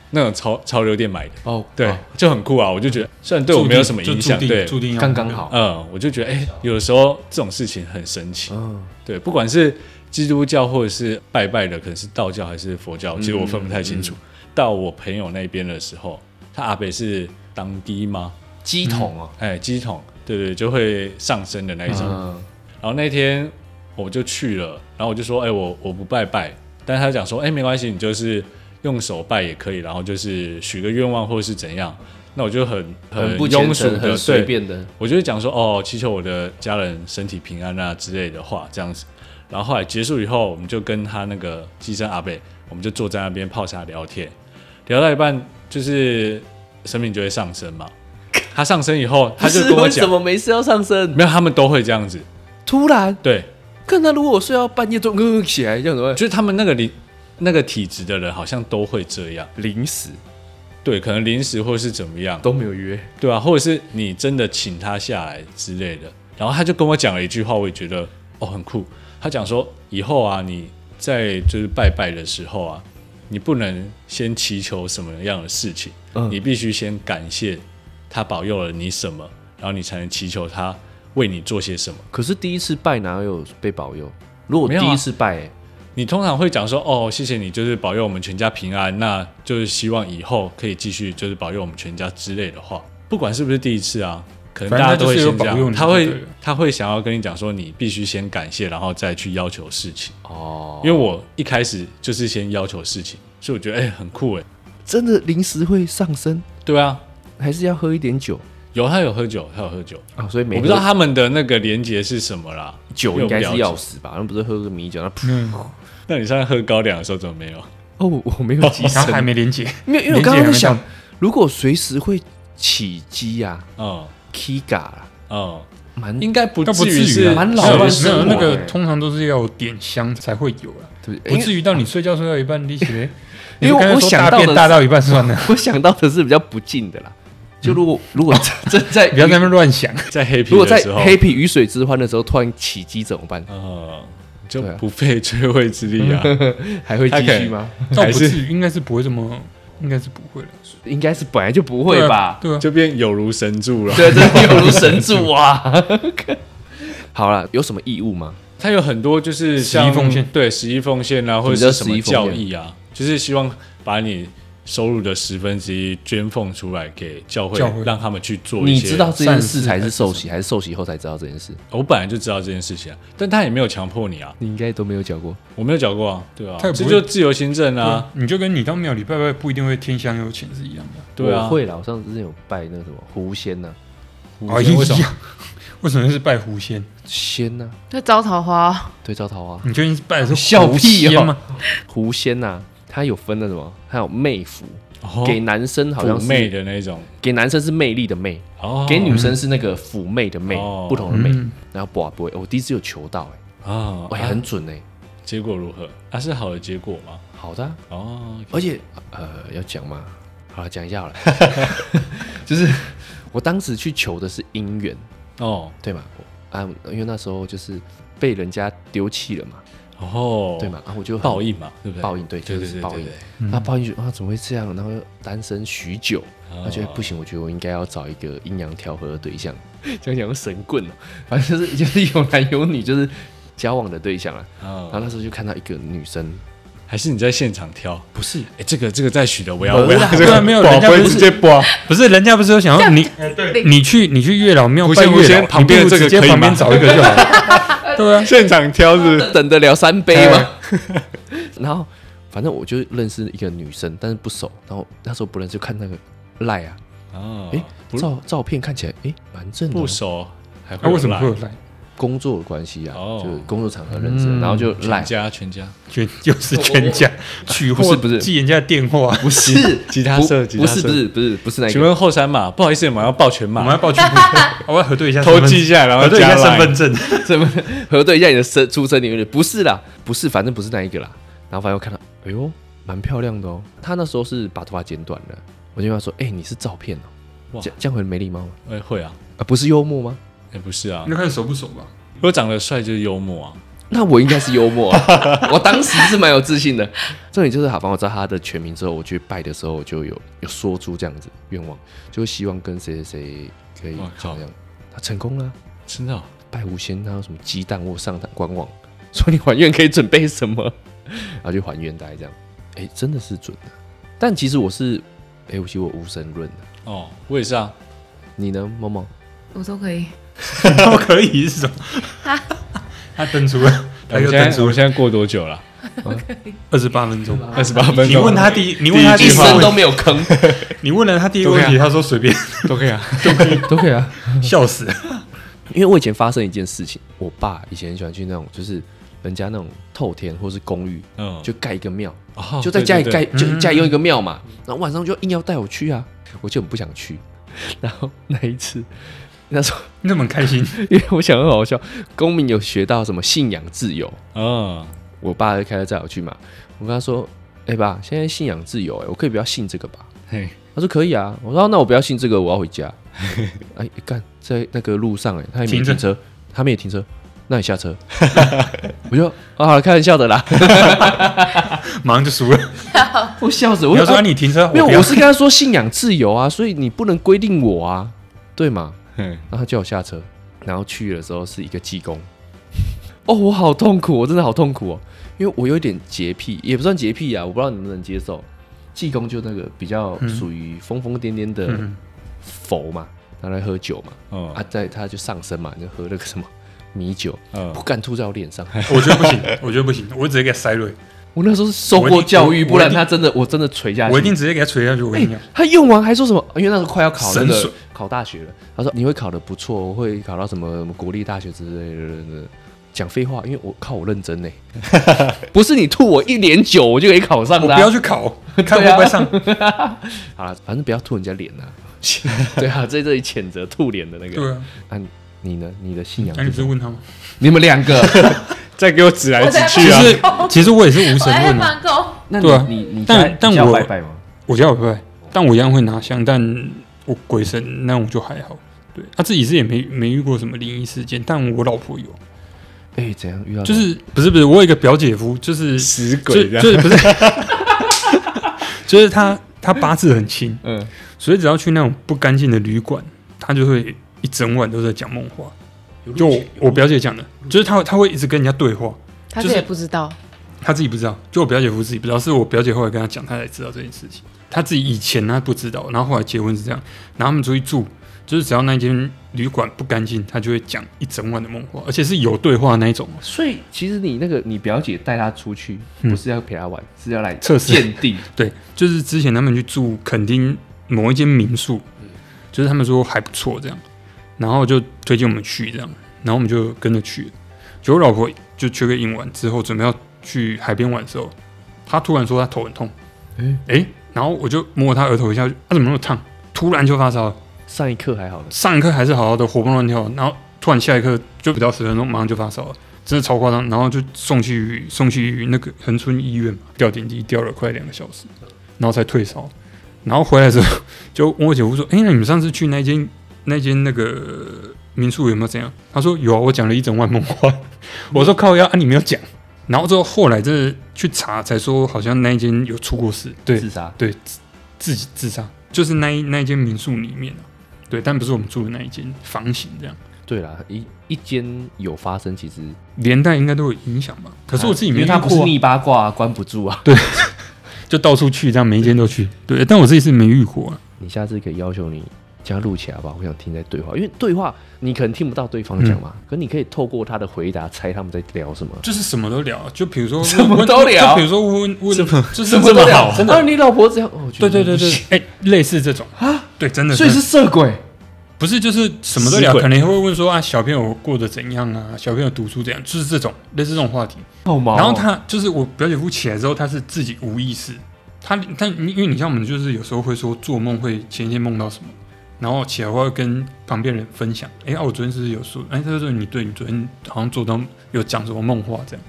S1: 那种潮潮流店买的，
S2: 哦，
S1: 对，
S2: 哦
S1: 就很酷啊！我就觉得，虽然对我没有什么影响，
S3: 注定
S1: 对，
S3: 注定要
S2: 刚刚。好。
S1: 嗯，我就觉得，哎、有的时候这种事情很神奇，
S2: 嗯，
S1: 对，不管是基督教或者是拜拜的，可能是道教还是佛
S3: 嗯
S1: 教，其实我分不太清楚。到我朋友那边的时候，他阿北是当地吗？
S2: 鸡桶哦，
S1: 哎，鸡桶，对对，就会上升的那一种。
S2: 嗯，
S1: 然后那天我就去了，然后我就说，哎、我我不拜拜，但是他讲说，哎、没关系，你就是用手拜也可以，然后就是许个愿望或者是怎样。那我就很
S2: 很不
S1: 庸
S2: 虔
S1: 俗
S2: 诚、
S1: 的，
S2: 很随便的，
S1: 我就会讲说哦，祈求我的家人身体平安啊之类的话，这样子。然后后来结束以后，我们就跟他那个机身阿贝，我们就坐在那边泡茶聊天，聊到一半就是神明就会上身嘛。他上身以后，他就
S2: 不是
S1: 跟我
S2: 为什
S1: 讲，
S2: 么没事要上身？
S1: 没有，他们都会这样子。
S2: 突然，
S1: 对，
S2: 看他如果睡到半夜中呃起来，这样子会
S1: 就是他们那个灵那个体质的人，好像都会这样。
S2: 临死
S1: 对，可能临时或是怎么样，
S2: 都没有约，
S1: 对吧、或者是你真的请他下来之类的。然后他就跟我讲了一句话，我也觉得哦很酷。他讲说以后啊，你在就是拜拜的时候啊，你不能先祈求什么样的事情，
S2: 嗯
S1: 你必须先感谢他保佑了你什么，然后你才能祈求他为你做些什么。
S2: 可是第一次拜哪有被保佑？如果
S1: 没有啊
S2: 第一次拜、欸
S1: 你通常会讲说哦，谢谢你，就是保佑我们全家平安，那就是希望以后可以继续就是保佑我们全家之类的话，不管是不是第一次啊，可能
S3: 反正
S1: 大家
S3: 他
S1: 都
S3: 就
S1: 会
S3: 是有
S1: 先这
S3: 保佑
S1: 样，
S3: 你
S1: 他
S3: 就
S1: 会
S3: 对了
S1: 他会想要跟你讲说，你必须先感谢，然后再去要求事情。
S2: 哦，
S1: 因为我一开始就是先要求事情，所以我觉得哎、很酷哎，
S2: 真的临时会上身，
S1: 对啊，
S2: 还是要喝一点酒
S1: 有他有喝酒，他有喝酒，
S2: 啊、所以
S1: 我
S2: 每
S1: 不知道他们的那个连结是什么啦。
S2: 酒应该
S1: 因为我
S2: 是
S1: 不了解
S2: 要死吧？那不是喝个米酒，那噗
S3: 嗯，
S1: 那你上次喝高粱的时候怎么没有？
S2: 哦，我我没有机
S3: 然后还
S2: 身，
S3: 没连接，
S2: 没有，因为我刚刚在
S3: 连接还
S2: 想
S3: 没到，
S2: 如果随时会起鸡呀、
S1: 嗯
S2: Kiga 啦，
S1: 嗯，
S2: 蛮
S1: 应该不
S3: 那不
S1: 至于
S3: 至于
S1: 是
S3: 啊，
S2: 蛮老
S3: 没有
S2: 的
S3: 没有
S2: 生活
S3: 那个
S2: 欸
S3: 通常都是要有点香才会有啦，
S2: 对不对？
S3: 不
S2: 因为
S3: 至于到你睡觉睡到一半立起来。
S2: 因为我
S3: 你刚才说
S2: 我想
S3: 大
S2: 到的
S3: 便
S2: 是
S3: 大到一半算 了，
S2: 我想到的是比较不敬的啦，就如果、如果 真在
S3: 不要在那边乱想。
S1: 在黑皮
S2: 如果在
S1: 的时候，
S2: 黑皮雨水之欢的时候突然起鸡怎么办？
S1: 呃，就
S2: 对啊
S1: 不费吹灰之力 啊。
S2: 还会继续吗？
S3: 倒
S1: 还
S3: 不
S1: 是
S3: 至于，应该是不会这么，应该是不会了，
S2: 应该是本来就不会吧？
S3: 对啊，对啊
S1: 就变有如神助了。
S2: 对，啊这有如神助啊！ 好了，有什么义务吗？
S1: 它有很多就是
S3: 十
S1: 像
S3: 一奉献
S1: 对十一奉献啊，或
S2: 什么
S1: 者
S2: 叫
S1: 是什么
S2: 十一奉
S1: 教
S2: 献
S1: 义啊，就是希望把你收入的十分之一捐奉出来给教会，
S3: 教会
S1: 让他们去做一
S2: 你
S1: 些。
S2: 知道这件事
S3: 善事
S2: 才是受洗，还是受洗后才知道这件事？
S1: 我本来就知道这件事情啊，但他也没有强迫你啊，
S2: 你应该都没有讲过。
S1: 我没有讲过啊，对啊，
S3: 他也不
S1: 这
S3: 会
S1: 就自由行政啊，
S3: 你就跟你到庙里拜拜不一定会天香有钱是一样的，
S1: 对啊
S2: 我，会啦，我上次之前有拜那个什么狐仙呐、
S1: 狐
S3: 哎
S1: 仙为什么？
S3: 啊 为什么是拜狐仙？
S2: 仙呐、
S4: 会招桃花哦、
S2: 对照桃花，
S3: 你究竟是拜的是
S2: 笑
S3: 狐
S1: 啊
S2: 屁
S3: 仙
S2: 哦
S3: 吗？
S2: 狐仙呐、它有分那什么，它有媚服，
S1: 哦
S2: 给男生好像
S1: 妩
S2: 是
S1: 媚的那种，
S2: 给男生是魅力的魅，
S1: 哦，
S2: 给女生是那个妩媚的媚，
S1: 哦
S2: 不同的媚。
S3: 嗯
S2: 然后卜卜，我第一次有求到、欸，
S1: 啊，
S2: 哎、
S1: 啊
S2: 很准哎、
S1: 结果如何？啊，是好的结果吗？
S2: 好的啊、
S1: 哦，
S2: 而且呃，要讲吗？好了，讲一下好 了，就是我当时去求的是姻缘，
S1: 哦，
S2: 对吗？我啊，因为那时候就是被人家丢弃了嘛，
S1: 哦，
S2: 对嘛？啊，我就很
S1: 报应嘛，对不对？
S2: 报应，对，
S1: 对
S2: 就
S1: 对
S2: 是
S1: 对
S2: 报
S1: 对
S2: 应
S1: 对。。嗯
S2: 啊，抱怨啊，怎么会这样？然后又单身许久，
S1: 哦
S2: 他觉得不行，我觉得我应该要找一个阴阳调和的 对象，这样讲神棍
S1: 哦
S2: 了、反正就是 就是有男有女，就是交往的对象啊。然后
S1: 嗯，
S2: 那时候就看到一个女生，
S1: 还是你在现场挑？
S2: 不是
S1: 哎，这个这个在许的，我要
S2: 没
S1: 我
S2: 啦
S1: 要这
S3: 对啊，
S1: 个
S3: 没有
S1: 宝
S3: 人家
S1: 贝
S3: 不
S1: 直
S3: 是
S1: 接播。
S3: 不是人家不是有想要你
S4: 对
S3: 你去你去月老庙
S1: 狐
S3: 拜
S1: 仙狐
S3: 月
S1: 仙
S3: 老，
S1: 旁边的
S3: 你不
S1: 这
S3: 如
S1: 个
S3: 直接
S1: 可以
S3: 旁边
S1: 吗
S3: 找一个就好了。 对啊，
S1: 现场挑是不哎是
S2: 等得了三杯吗？ 然后反正我就认识一个女生，但是不熟。然后那时候不认识，就看那个赖啊，
S1: 哦，
S2: 诶，
S1: 不
S2: 照照片看起来诶蛮正的哦、
S1: 不熟，还
S3: 啊
S1: 会
S3: 为什么会有
S1: 有
S3: 来？
S2: 工作的关系啊，
S1: 哦嗯
S2: 就是工作场合认识的，然后就
S1: 赖
S2: 赖
S1: 全，家全家
S3: 全就是全家 取
S2: 不
S3: 货
S2: 是不是
S3: 记人家的电话，
S2: 不是
S1: 吉他
S2: 不
S1: 社吉他
S2: 不
S1: 社
S2: 是不是不是不是那一
S1: 请
S2: 个，
S1: 问后山马，不好意思，我们要报全
S3: 我们
S1: 马
S3: 要，报去，啊我要核对一下身
S1: 偷
S3: 份，
S1: 记下来，然后
S3: 核对一
S1: 加
S3: 下身
S1: line
S3: 份证。
S2: 怎么 核对一下你的生出生年月日？不是啦，不是，反正不是那一个啦。然后反正我看到，哎呦，蛮漂亮的哦。她那时候是把头发剪短了，我就跟她说，哎、你是照片哦，
S1: 哇
S2: 这样这样很没礼貌吗？
S1: 哎会啊，
S2: 啊，不是幽默吗？
S1: 哎不是啊
S3: 你，就看熟不熟吧。
S1: 如果长得帅就是幽默啊，
S2: 那我应该是幽默、啊， 我当时是蛮有自信的。重点就是好，反正我知道他的全名之后，我去拜的时候，我就有有说出这样子愿望，就希望跟谁谁谁可以
S1: 哇
S2: 怎
S1: 靠
S2: 么样。他成功了啊、
S1: 真的哦
S2: 拜狐仙，他有什么鸡蛋我有上他官网，说你还愿可以准备什么， 然后就还愿，大概这样。哎、真的是准的。但其实我是，哎、我其实我无神论的。
S1: 哦，我也是啊，
S2: 你呢，猫猫？
S4: 我都可以。
S3: 都可以是什么？他登出了，
S1: 我
S3: 他
S1: 们
S3: 又
S1: 现在
S3: 登出
S1: 我们
S3: 了。
S2: 啊
S1: 现在过多久了？
S3: 二十八分钟。
S1: 二十八分钟，
S3: 你问他第一，你问他
S1: 第
S2: 一
S3: 第
S1: 一句话
S2: 生
S3: 问
S2: 都
S3: 题，
S2: 没有坑，
S3: 你问了他第一个问题，他说随便，
S1: 都可以啊。
S2: 都可以啊。
S3: 笑死。
S2: 因为我以前发生一件事情，我爸以前很喜欢去那种就是人家那种透天或是公寓，
S1: 嗯，
S2: 就盖一个庙，
S1: 哦
S2: 就在家里盖，，
S3: 哦对
S2: 就
S3: 嗯
S2: 家里用一个庙嘛。然后晚上就硬要带我去啊，我就很不想去。 然后那一次，那时候
S3: 你怎么很开心？
S2: 因为我想很好笑，公民有学到什么信仰自由，
S1: 对嗯，
S2: 我爸就开车载我去嘛。我跟他说：“哎、爸，现在信仰自由、哎，我可以不要信这个吧
S1: 嘿，？”
S2: 他说：“可以啊。”我说：“那我不要信这个，我要回家。”哎，干在那个路上、哎，他也没停
S3: 停着
S2: 车，他们也停车，那你下车。 我就啊，好了，开玩笑的啦，
S3: 马上就输了。
S2: 我笑死，我
S3: 你要
S2: 就
S3: 说啊
S2: 啊
S3: 你停车，
S2: 没有，
S3: 不要
S2: 我是跟他说信仰自由啊，所以你不能规定我啊，对吗？
S1: 嘿
S2: 然后他叫我下车，然后去的时候是一个济公。 哦，我好痛苦，我真的好痛苦哦，因为我有一点洁癖，也不算洁癖啊，我不知道你们能不能接受。济公就那个比较属于疯疯癫癫的
S3: 嗯
S2: 佛嘛，拿来喝酒嘛，
S3: 哦
S1: 嗯
S2: 啊，在他就上身嘛，就喝那个什么米酒，不
S3: 哦
S1: 嗯，
S2: 敢吐在我脸上。
S3: 我觉得不行，我觉得不行，我直接给他塞瑞，
S2: 我那时候是受
S3: 我一
S2: 过
S3: 定
S2: 教育，
S3: 我
S2: 不然
S3: 我一定
S2: 他真的我真的垂下去。哎
S3: 我一定直接给他捶下去。我跟你讲，
S2: 他用完还说什么？因为那时候快要考那
S3: 神
S2: 个
S3: 水
S2: 考大学了，他说你会考得不错，我会考到什么什么国立大学之类的。讲废话，因为我靠我认 真呢，不是你吐我一脸酒我就可以考上
S3: 我
S2: 的啊、
S3: 不要去考，看会不会上。
S2: 好了，反正不要吐人家 脸呐、对啊，在这里谴责吐脸的那个。
S3: 对啊，
S2: 啊，你呢？你的信仰
S3: 那你
S2: 是
S3: 不
S2: 什
S3: 是
S2: 么？
S3: 问他吗？
S2: 你们两个，
S1: 再给我指来指
S3: 其
S1: 去啊！
S3: 实其实我也是无
S4: 我
S3: 神
S4: 还
S3: 论啊，
S4: 哎蛮够，
S2: 那你、
S3: 对啊
S2: 你你
S3: 但
S2: 家
S3: 但
S2: 你家
S3: 我
S2: 拜拜吗？
S3: 我家有拜，但我一样会拿香，但我鬼神那我就还好。对他、自己是也没没遇过什么灵异事件，但我老婆有，
S2: 哎、怎样遇到
S3: 就
S2: 什么
S3: 是不是不是，我有一个表姐夫，就是
S1: 死
S3: 就
S1: 鬼这样，
S3: 就是不是， 就是他他八字很轻，
S2: 嗯，
S3: 所以只要去那种不干净的旅馆，他就会一整晚都在讲梦话。
S2: 有嗯
S3: 就
S2: 录
S3: 我
S2: 取
S3: 我表姐讲的，就是他他会一直跟人家对话，
S4: 他
S3: 就
S4: 这
S3: 是
S4: 也不知道，
S3: 他自己不知道，就我表姐夫自己不知道，是我表姐后来跟他讲，他才知道这件事情。他自己以前他不知道，然后后来结婚是这样，然后他们出去住，就是只要那间旅馆不干净，他就会讲一整晚的梦话，而且是有对话的那一种哦。
S2: 所以其实你那个你表姐带她出去，
S3: 嗯
S2: 不是要陪她玩，是要来
S3: 测试
S2: 鉴定。
S3: 对，就是之前他们去住垦丁某一间民宿，就是他们说还不错这样，然后就推荐我们去这样，然后我们就跟着去了。结果我老婆就缺个硬晚之后，准备要去海边玩的时候，她突然说她头很痛，
S2: 诶
S3: 哎、然后我就摸她额头一下，她、怎么那么烫？突然就发烧了，
S2: 上一刻还好的，
S3: 上一刻还是好好的活蹦乱跳，然后突然下一刻就不到十分钟，马上就发烧了，真的超夸张。然后就送去送去那个恒春医院嘛，吊点滴吊了快两个小时，然后才退烧。然后回来之后就问我姐夫说：“哎、那你们上次去那间那间那个民宿有没有怎样？”他说：“有啊，我讲了一整晚梦话。”我说：“靠呀，啊你没有讲。”然后之后后来真的去查才说，好像那一间有出过事， 对，
S2: 自杀。
S3: 对，自自己自杀，就是那一那一间民宿里面啊，对，但不是我们住的那一间房型这样，
S2: 对啦，一一间有发生，其实
S3: 连带应该都有影响吧。可是我自己没
S2: 因为
S3: 遇过啊、
S2: 她不是逆八卦、啊，关不住啊。
S3: 就到处去这样，每一间都去，对，但我自己是没遇过、啊，
S2: 你下次可以要求你将它录起来吧，我想听在对话，因为对话你可能听不到对方讲嘛，
S3: 嗯
S2: 可你可以透过他的回答猜他们在聊什么。
S3: 就是什么都聊，啊就比如说
S2: 什么都聊
S3: 就比如说问问，就是
S2: 什都
S3: 这么
S2: 聊
S3: 好
S2: 真的。啊，你老婆这样，哦，我觉得
S3: 对对对对，哎、类似这种啊，对，真的，
S2: 所以
S3: 真
S2: 是
S3: 的
S2: 色鬼。
S3: 不是就是什么都聊，
S1: 死鬼
S3: 可能会问说啊，小朋友过得怎样啊，小朋友读书怎样，就是这种类似这种话题。
S2: 好毛哦、
S3: 然后他就是我表姐夫起来之后，他是自己无意识，他但因为你像我们就是有时候会说做梦会前一天梦到什么，然后起来会跟旁边人分享，哎、啊我昨天是不是有说，哎、他就说你对你昨天好像做到有讲什么梦话这样，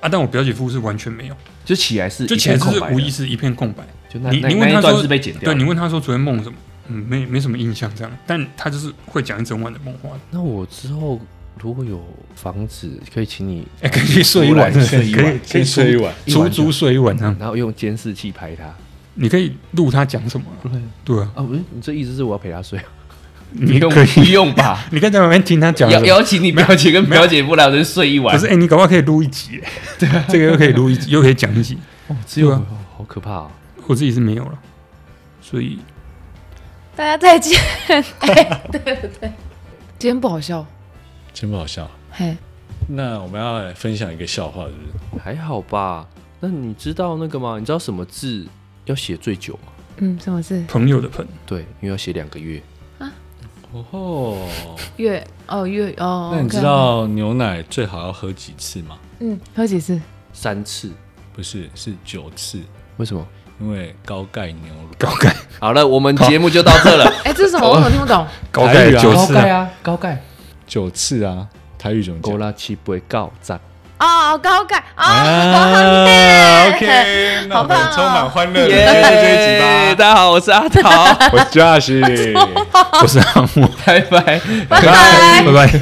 S3: 啊但我表姐夫是完全没有，
S2: 就起来是
S3: 就
S2: 一
S3: 起
S2: 片
S3: 来就
S2: 空
S3: 是
S2: 白的
S3: 无意，识一片空白，
S2: 就那
S3: 你
S2: 那
S3: 你问
S2: 那
S3: 他
S2: 一段
S3: 说
S2: 是被剪掉的。
S3: 对你问他说昨天梦什么，嗯没没什么印象这样，但他就是会讲一整晚的梦话，
S2: 那我之后如果有房子，可以请你，
S3: 哎、可以睡一晚，
S2: 出来睡一晚
S3: 可以可以
S1: 先睡一晚，
S2: 一晚就
S3: 出租睡一晚这样，
S2: 然后用监视器拍他。啊
S3: 你可以录他讲什么啊、对啊。
S2: 啊，不是，你这意思是我要陪他睡啊？
S3: 你
S2: 用
S3: 可以
S2: 不用 吧？
S3: 你可以在旁边听他讲什
S2: 邀
S3: 么。
S2: 邀请你表姐跟表姐夫两人睡一晚
S3: 可是，哎、你搞不好可以录一集耶，对啊，这个又可以录一集，又可以讲一集。
S2: 哦只有
S3: 对
S2: 哦
S3: 啊
S2: 好可怕哦！
S3: 我自己是没有了，所以
S4: 大家再见。哎，对对对，今天不好笑，
S1: 真不好笑。
S4: 嘿，
S1: 那我们要来分享一个笑话，是不是？
S2: 还好吧？那你知道那个吗？你知道什么字要写最久吗？
S4: 嗯，什么是
S3: 朋友的朋，
S2: 对，因为要写两个月。
S1: 哦，
S4: 月？哦，月哦。
S1: 那你
S4: OK，
S1: 知道牛奶最好要喝几次吗？
S4: 嗯，喝几次？
S2: 三次，
S1: 不是，是九次，
S2: 为什么？
S1: 因为高钙牛乳。
S3: 高钙
S2: 好了，我们节目就到这了。
S4: 哎，这是什
S1: 啊
S4: 么？我怎么听 不懂？
S3: 高
S1: 台
S3: 钙
S1: 语啊
S3: 九次啊，
S2: 啊，高钙，
S1: 九次啊，台语怎么
S2: 高
S1: 讲？
S2: 拉七不会告赞。
S4: 哦，高钙哦，
S1: 啊，OK，那我
S4: 好
S1: 们
S4: 棒哦
S1: 充满欢乐的
S2: 耶
S1: 来到这一集吧。
S2: 大家好，我是阿桃，
S1: 我 Josh，
S3: 不是啊，我
S2: 拜拜。
S4: 拜拜。
S3: 拜拜。